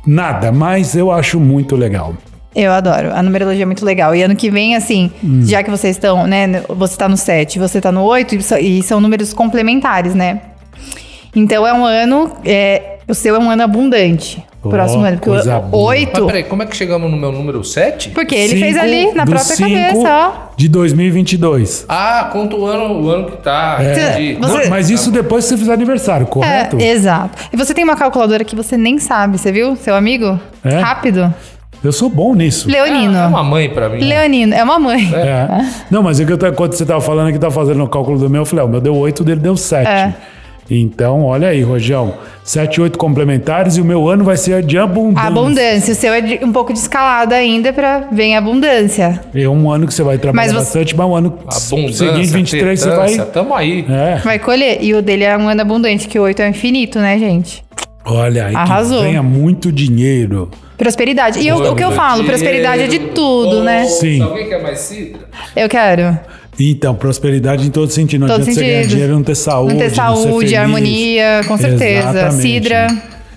S2: nada, mas eu acho muito legal.
S3: Eu adoro. A numerologia é muito legal. E ano que vem, assim,
S2: Hum.
S3: já que vocês estão, né? no- Você tá no 7, você tá no 8, e são, e são números complementares, né? Então é um ano. é, o seu é um ano abundante. O
S2: Ó,
S3: próximo ano. Porque
S2: coisa
S3: o
S2: boa.
S4: Mas
S3: 8.
S4: peraí, como é que chegamos no meu número 7?
S3: Porque ele
S2: Cinco
S3: fez ali na
S2: do
S3: própria
S2: cinco
S3: cabeça, ó.
S2: De 2022.
S4: Ah, conta o ano, o ano que tá.
S2: É.
S4: entendi.
S3: Você-
S2: Não, Mas isso depois que você fizer aniversário, correto?
S3: É, exato. E você tem uma calculadora que você nem sabe, você viu, seu amigo?
S2: É?
S3: Rápido.
S2: Eu sou bom nisso.
S3: Leonino.
S4: É uma mãe pra mim.
S3: Leonino, é uma mãe.
S2: É. Não, mas o que eu tava- quando você tava falando que tá fazendo o cálculo do meu, eu falei, "Ah, o meu deu 8, o dele deu 7.
S3: É.
S2: Então, olha aí, Rojão. 7, 8 complementares e o meu ano vai ser de abundância.
S3: Abundância. O seu é de- um pouco descalado ainda pra vem abundância.
S2: É um ano que você vai trabalhar
S3: Mas você-
S2: bastante, mas o ano
S4: Abundância,
S2: seguinte, 23, você vai...
S4: petância, Tamo aí.
S2: É.
S3: Vai colher. E o dele é um ano abundante, que o oito é infinito, né, gente?
S2: Olha aí,
S3: Arrasou.
S2: que ganha muito dinheiro.
S3: Prosperidade. E eu- o que eu falo? Prosperidade é de tudo, né?
S2: Sim.
S4: Alguém quer é mais cidra?
S3: Eu quero.
S2: Então, prosperidade em todo sentido. Não
S3: Todo
S2: adianta você ganhar
S3: sentido.
S2: dinheiro e não ter saúde.
S3: Não ter
S2: ser
S3: saúde,
S2: feliz.
S3: harmonia, com certeza.
S2: Exatamente.
S3: Sidra.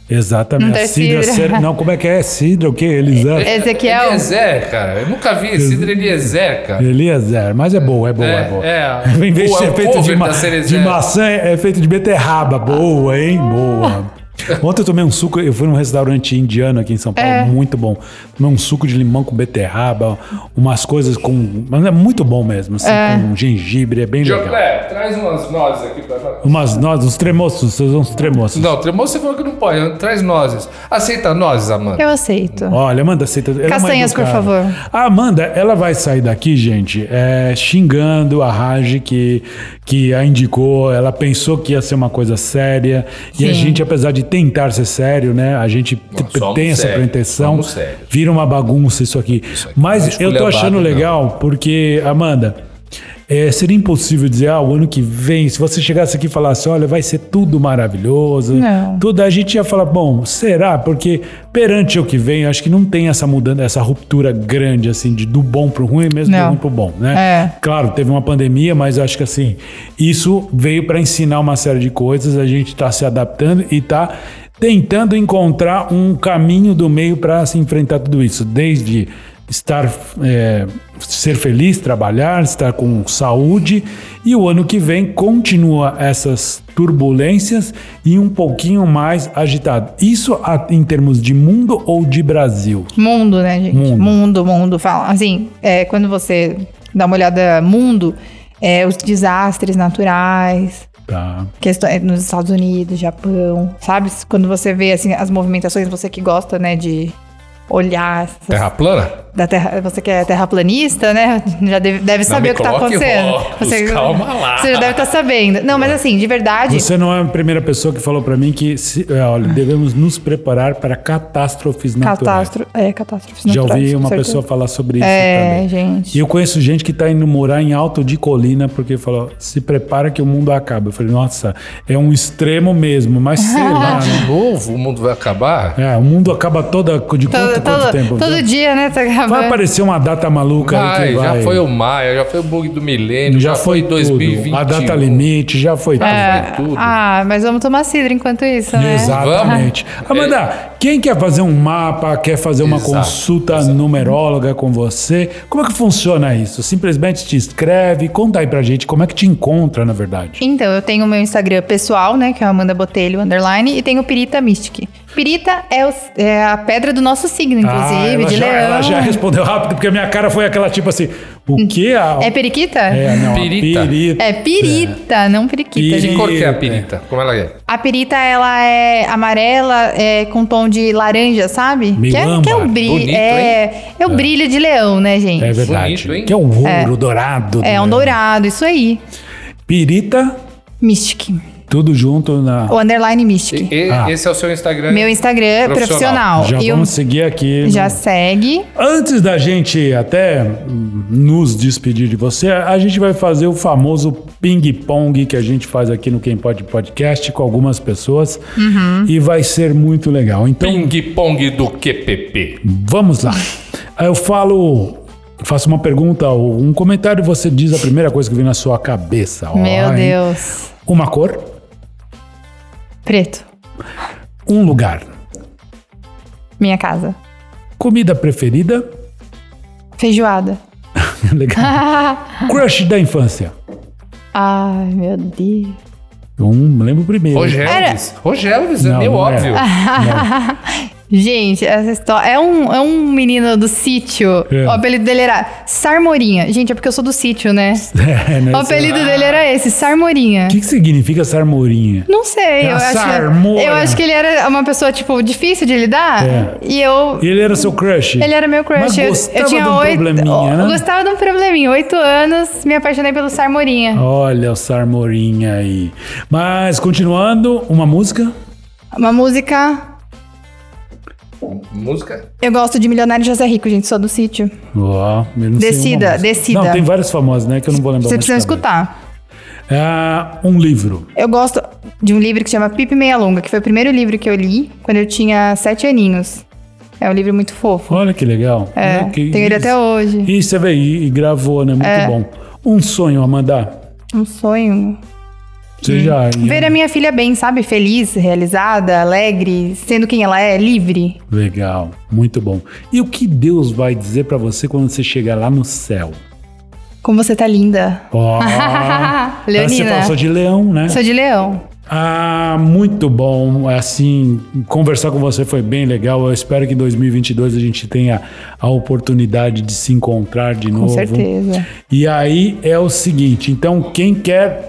S2: Exatamente.
S3: Não ter
S2: A Sidra,
S3: sidra. É
S2: ser- Não, como é que é? Sidra, o que? Elisa?
S3: Ezequiel.
S4: Eliezer, cara. É Eu nunca vi cidra Eliezer, cara.
S2: Eliezer. Mas é boa, é boa, é, boa. [LAUGHS]
S4: é.
S2: Em vez de
S4: Boa,
S2: ser
S4: o
S2: feito de,
S4: cover
S2: ma-
S4: da Cerezer.
S2: de maçã, é feito de beterraba. Boa, hein? Boa. Ontem eu tomei um suco, eu fui num restaurante indiano aqui em São Paulo, muito bom. Tomei um suco de limão com beterraba, umas coisas com. Mas é muito bom mesmo, assim, com gengibre, é bem legal.
S4: Joclé, traz umas nozes aqui pra nós.
S2: Umas nozes, uns tremoços, vocês uns tremoços.
S4: Não, tremor você falou que não pode. né? Traz nozes. Aceita nozes, Amanda?
S3: Eu aceito.
S2: Olha, Amanda, aceita. ela é uma
S3: Castanhas, por
S2: educada.
S3: favor.
S2: A Amanda, ela vai sair daqui, gente, é, xingando a Raj que, que a indicou. Ela pensou que ia ser uma coisa séria. E a gente, apesar de tentar ser sério, né? A gente t-
S4: somos
S2: tem essa
S4: sérios,
S2: pretensão.
S4: somos sérios.
S2: Vira uma bagunça isso aqui. Mas
S4: não é
S2: eu tô achando
S4: esculhambado,
S2: legal, porque, Amanda. é, seria impossível dizer, ah, o ano que vem, se você chegasse aqui e falasse, olha, vai ser tudo maravilhoso,
S3: Não.
S2: tudo, a gente ia falar, bom, será? Porque perante o que vem, acho que não tem essa mudança, essa ruptura grande, assim, de do bom pro ruim, mesmo do
S3: Não.
S2: ruim pro bom, né?
S3: É.
S2: Claro, teve uma pandemia, mas acho que assim, isso veio para ensinar uma série de coisas, a gente tá se adaptando e tá tentando encontrar um caminho do meio para se enfrentar tudo isso, desde estar é, ser feliz, trabalhar, estar com saúde e o ano que vem continua essas turbulências e um pouquinho mais agitado. Isso a- em termos de mundo ou de Brasil?
S3: Mundo, né, gente?
S2: Mundo.
S3: Mundo, mundo. Fala. Assim, é, quando você dá uma olhada mundo, é, os desastres naturais,
S2: Tá.
S3: questões é, nos Estados Unidos, Japão, sabe? Quando você vê assim as movimentações, você que gosta, né, de olhar essas-
S4: Terra plana?
S3: da terra, você que é terraplanista, né? Já deve, deve
S4: Não me
S3: saber o que tá
S4: coloque
S3: acontecendo.
S4: óculos,
S3: você,
S4: calma lá.
S3: você já deve estar sabendo. Não, mas assim, de verdade,
S2: Você não é a primeira pessoa que falou pra mim que se- é, olha, devemos nos preparar para catástrofes naturais.
S3: catastro, é Ah. catástrofes
S2: Já
S3: naturais,
S2: ouvi uma
S3: certo?
S2: pessoa falar sobre isso
S3: É,
S2: também.
S3: gente.
S2: E eu conheço gente que tá indo morar em alto de colina porque falou, se prepara que o mundo acaba. Eu falei, nossa, é um extremo mesmo,
S3: [LAUGHS]
S2: mas sei lá. né?
S4: De novo, o mundo vai acabar?
S2: É, o mundo acaba toda de quanto,
S3: Todo,
S2: quanto
S3: todo-
S2: tempo?
S3: todo dia, né? Tá
S2: Vai
S3: acabando.
S2: aparecer uma data maluca aí
S4: Vai,
S2: que vai.
S4: já foi o Maia, já foi o bug do milênio, já, foi
S2: tudo.
S4: 2021.
S2: A data limite, já foi
S4: É.
S3: É.
S4: tudo.
S3: Ah, mas vamos tomar cidra enquanto isso,
S2: tudo.
S3: né?
S2: Exatamente. Amanda, quem quer fazer um mapa, quer fazer uma
S4: É. Exato,
S2: consulta numeróloga com você, como é que funciona isso? Simplesmente te escreve, conta aí pra gente como é que te encontra, na verdade.
S3: Então, eu tenho o meu Instagram pessoal, né? Que é Amanda Botelho, underline, e tenho o Pirita Mystic. Pirita é, o- é a pedra do nosso signo,
S2: Ah,
S3: inclusive,
S2: ela,
S3: de
S2: já,
S3: leão.
S2: ela já respondeu rápido, porque a minha cara foi aquela tipo assim, o que? A...
S3: É periquita?
S2: É, não, a
S4: Pirita.
S2: pirita.
S3: É pirita, não periquita,
S2: Piri-
S4: Que
S3: gente.
S4: cor que é a pirita? Como ela é?
S3: A pirita, ela é amarela, é com tom de laranja, sabe? que é,
S2: Milamba.
S3: que é o brilho.
S4: Bonito,
S3: é, é o brilho de leão, né, gente?
S2: É verdade.
S4: Bonito, hein?
S2: que é um ouro dourado.
S3: É,
S2: né?
S3: um dourado, isso aí.
S2: Pirita,
S3: Mystic.
S2: tudo junto na.
S3: O underline Mystic.
S4: E- e-
S2: Ah.
S4: Esse é o seu Instagram.
S3: Meu Instagram é
S4: Profissional.
S3: profissional.
S2: Já
S3: E o-
S2: vamos seguir aqui.
S3: já segue.
S2: Antes da gente até hum, nos despedir de você, a gente vai fazer o famoso ping-pong que a gente faz aqui no Quem Pode Podcast com algumas pessoas.
S3: Uhum.
S2: E vai ser muito legal. Então,
S4: Ping Pong do QPP.
S2: vamos lá. Aí Eu falo. Faço uma pergunta ou um comentário e você diz a primeira coisa que vem na sua cabeça. Ó,
S3: Meu
S2: hein?
S3: Deus.
S2: Uma cor,
S3: Preto.
S2: um lugar,
S3: Minha casa.
S2: comida preferida, [LAUGHS]
S3: Feijoada. [LAUGHS]
S2: legal. Crush da infância.
S3: Ai, meu Deus. [LAUGHS]
S2: Um, lembro o primeiro.
S4: Rogelves. Rogelves, é
S2: Não,
S4: meio
S2: não era.
S4: óbvio.
S3: [LAUGHS] Gente, essa história. É um, é um menino do sítio.
S2: É.
S3: O apelido dele era Sarmorinha. Gente, é porque eu sou do sítio, né?
S2: É, né?
S3: O apelido dele era esse, Sarmorinha.
S2: O que, que significa sarmorinha?
S3: Não sei,
S2: É
S3: eu
S2: a
S3: acho,
S2: Sarmora.
S3: eu acho que ele era uma pessoa, tipo, difícil de lidar.
S2: É.
S3: E eu.
S2: Ele era seu crush?
S3: Ele era meu crush.
S2: Mas
S3: eu,
S2: gostava
S3: eu tinha
S2: de um
S3: oito.
S2: probleminha, né?
S3: eu Gostava de um probleminha. Oito anos, me apaixonei pelo Sarmorinha.
S2: Olha o sarmorinha aí. Mas, continuando, uma música?
S3: Uma música.
S4: Música.
S3: Eu gosto de Milionário José Rico, gente, sou do sítio.
S2: Ó, eu não sei
S3: Decida,
S2: uma música.
S3: decida.
S2: Não, tem várias famosas, né? Que eu não vou lembrar.
S3: Vocês
S2: mais de
S3: precisam escutar.
S2: cabeça. Ah, um livro.
S3: Eu gosto de um livro que chama Pipe Meia Longa, que foi o primeiro livro que eu li quando eu tinha sete aninhos. É um livro muito fofo.
S2: Olha que legal.
S3: É,
S2: Olha que-
S3: tenho ele
S2: isso-
S3: até hoje. É.
S2: E você veio e e gravou, né? Muito bom. Um sonho, Amanda.
S3: Um sonho.
S2: Você já...
S3: Hum. Ver é a minha filha bem, sabe? Feliz, realizada, alegre, sendo quem ela é, livre.
S2: Legal, muito bom. E o que Deus vai dizer pra você quando você chegar lá no céu?
S3: Como você tá linda.
S2: Ó,
S3: [LAUGHS]
S2: Você
S3: Leonina.
S2: passou de leão, né?
S3: Sou de leão.
S2: Ah, muito bom. Assim, conversar com você foi bem legal. Eu espero que em 2022 a gente tenha a oportunidade de se encontrar de
S3: Com
S2: novo.
S3: certeza.
S2: E aí é o seguinte, então quem quer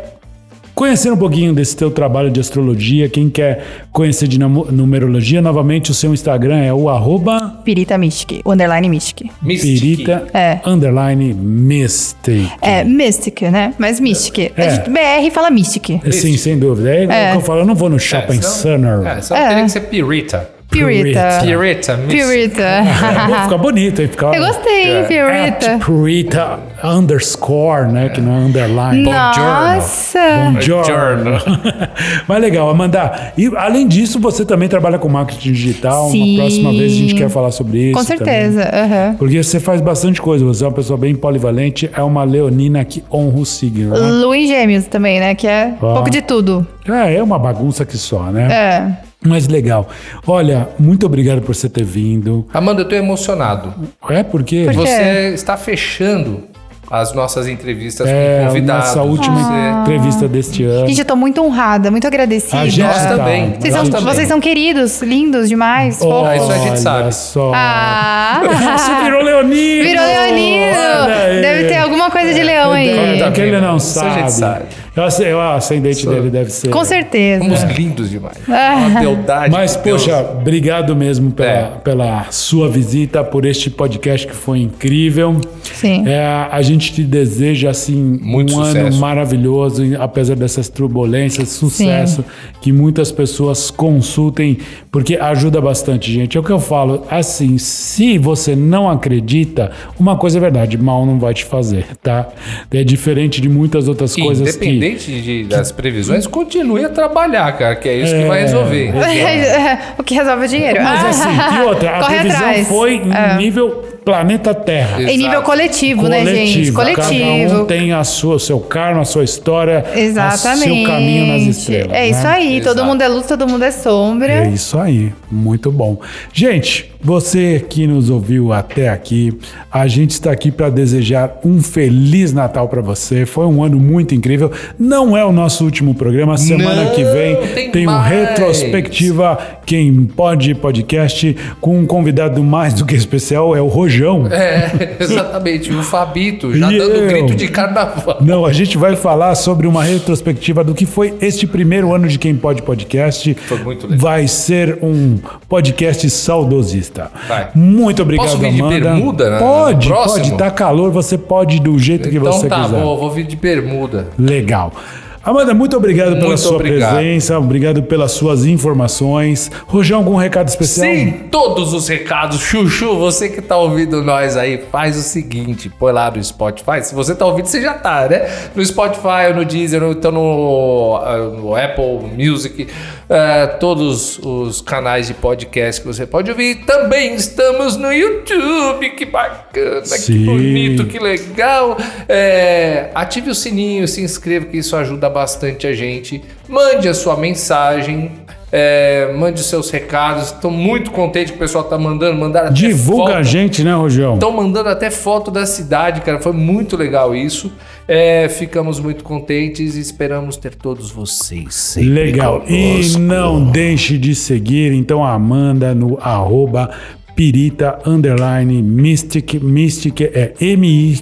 S2: conhecer um pouquinho desse teu trabalho de astrologia, quem quer conhecer de namo- numerologia, novamente o seu Instagram é o arroba
S3: Pirita Mystic. o Underline Mystic.
S4: Mystic.
S2: Pirita
S3: É.
S2: underline mistake.
S3: É, Mystic, né? Mas Mystic.
S2: É.
S3: A gente, BR fala Mystic.
S2: Sim, sem dúvida. É, o que eu falo, eu não vou no Shopping
S4: senão-
S2: Center.
S4: É, só não
S3: É.
S4: teria que ser Pirita.
S2: Pirita.
S3: Pirita.
S4: Pirita, Mystic.
S3: Pirita.
S1: [LAUGHS]
S2: Vou ficar bonito, hein? Ficar
S3: Eu
S2: É,
S3: gostei, hein, Pirita.
S2: At Purita underscore, né? Que não é underline. Um
S3: Nossa!
S2: Buongiorno. [LAUGHS] Mas legal, Amanda. E além disso, você também trabalha com marketing digital.
S3: Sim.
S2: Uma próxima vez a gente quer falar sobre isso.
S3: Com
S2: também.
S3: certeza. aham.
S2: Porque você faz bastante coisa. Você é uma pessoa bem polivalente. É uma leonina que honra o signo. Né?
S3: Lu em Gêmeos também, né? Que é
S2: Ó.
S3: pouco de tudo.
S2: É, é uma bagunça que só, né?
S3: Uhum. É.
S2: Mas legal. Olha, muito obrigado por você ter vindo.
S4: Amanda, eu tô emocionado.
S2: É porque.
S3: Por quê?
S4: Você está fechando as nossas entrevistas
S2: É,
S4: com
S2: a
S4: convidados.
S2: nossa última
S4: Você-
S2: entrevista deste ano.
S1: Ah. Gente, eu tô muito honrada, muito agradecida.
S2: A gente
S4: Nós
S2: tá,
S4: também.
S1: Vocês,
S2: nós
S1: são,
S2: também.
S1: vocês são queridos, lindos demais,
S2: Olha
S1: fofos.
S4: Ah, isso a gente sabe.
S2: só. Isso
S1: Ah!
S2: virou Leonino!
S1: [LAUGHS] Virou
S2: Olha aí. Tá
S1: leonino! Deve ter alguma coisa de leão aí.
S4: Deve.
S2: Aquele não
S4: Isso a
S2: sabe.
S4: gente sabe.
S2: Eu ace- eu- O ascendente
S4: Sou.
S2: dele deve ser.
S1: Com certeza.
S4: Fomos lindos demais. Uma deudade.
S2: É. Mas,
S4: de Deus.
S2: poxa, obrigado mesmo pela,
S4: É.
S2: pela sua visita, por este podcast que foi incrível.
S1: Sim.
S2: É, a gente te deseja, assim,
S4: Muito
S2: um ano
S4: sucesso.
S2: maravilhoso, e apesar dessas turbulências, sucesso, que muitas pessoas consultem, porque ajuda bastante, gente. É o que eu falo, assim, se você não acredita, uma coisa é verdade, mal não vai te fazer, tá? É diferente de muitas outras coisas que...
S4: Independente de- das previsões, continue a trabalhar, cara, que é isso que vai resolver.
S1: [LAUGHS] o que resolve o dinheiro.
S2: é, Mas assim, e outra, a
S1: [LAUGHS] Corre
S2: previsão
S1: atrás. É.
S2: foi em nível planeta Terra.
S1: Em nível
S4: Exato.
S1: coletivo, né, gente?
S2: Cada um
S1: Coletivo.
S2: tem a sua, o seu karma, a sua história, o
S1: Exatamente.
S2: seu caminho nas estrelas.
S1: É isso
S2: né?
S1: aí. Todo
S4: Exato.
S1: mundo é luz, todo mundo é sombra.
S2: É isso aí, muito bom. Gente, você que nos ouviu até aqui, a gente está aqui para desejar um feliz Natal para você. Foi um ano muito incrível. Não é o nosso último programa. Semana
S4: Não,
S2: que vem tem,
S4: tem
S2: um
S4: mais.
S2: retrospectiva Quem Pode Podcast com um convidado mais do que especial, é o Rojão.
S4: [LAUGHS] É, exatamente. O Fabito já
S2: E eu?
S4: dando um grito de carnaval.
S2: Não, a gente vai falar sobre uma retrospectiva do que foi este primeiro ano de Quem Pode Podcast.
S4: Foi muito legal.
S2: Vai ser um podcast saudosista.
S4: Vai.
S2: Muito obrigado,
S4: Posso vir de
S2: Amanda.
S4: bermuda na-
S2: pode,
S4: no próximo?
S2: pode. Tá calor, você pode do jeito que
S4: Então
S2: você
S4: tá,
S2: quiser.
S4: vou, vou vir de bermuda.
S2: Legal. Amanda, muito obrigado pela
S4: Muito
S2: sua
S4: obrigado.
S2: presença, obrigado pelas suas informações. Rojão, algum recado especial?
S4: Sim, todos os recados. Chuchu, você que tá ouvindo nós aí, faz o seguinte, põe lá no Spotify. Se você tá ouvindo, você já tá, né? No Spotify, ou no Deezer, ou então no, ah, no Apple Music, ah, todos os canais de podcast que você pode ouvir. Também estamos no YouTube, que bacana,
S2: Sim.
S4: que bonito, que legal. É, ative o sininho, se inscreva, que isso ajuda bastante a gente. Mande a sua mensagem, é, mande os seus recados. Estou muito contente que o pessoal tá mandando, mandaram até
S2: Divulga
S4: foto.
S2: a gente, né, Rojão?
S4: Estão mandando até foto da cidade, cara. Foi muito legal isso. É, ficamos muito contentes e esperamos ter todos vocês sempre
S2: Legal. E
S4: conosco.
S2: não deixe de seguir, então, a Amanda no arroba pirita underline mystic. Mystic é M-Y-S-T-I-C,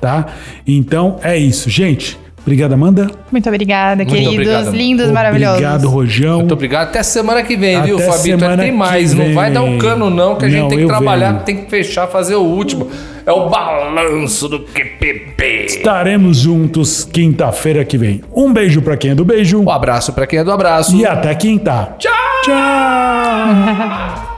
S2: tá? Então, é isso. Gente, obrigado, Amanda.
S1: Muito obrigada,
S4: Muito
S1: queridos.
S4: obrigado, amor.
S1: lindos, maravilhosos.
S2: Obrigado, Rojão.
S4: Muito obrigado. Até semana que vem, viu,
S2: Então, Até
S4: Fabito?
S2: semana
S4: Tem mais.
S2: que
S4: Não
S2: vem.
S4: vai dar o cano, não, que a gente
S2: Não,
S4: tem
S2: eu
S4: que trabalhar,
S2: venho.
S4: tem que fechar, fazer o último. É o balanço do QPP.
S2: Estaremos juntos quinta-feira que vem. Um beijo pra quem é do beijo
S4: Um abraço pra quem é do abraço.
S2: e até quinta. Tchau! Tchau!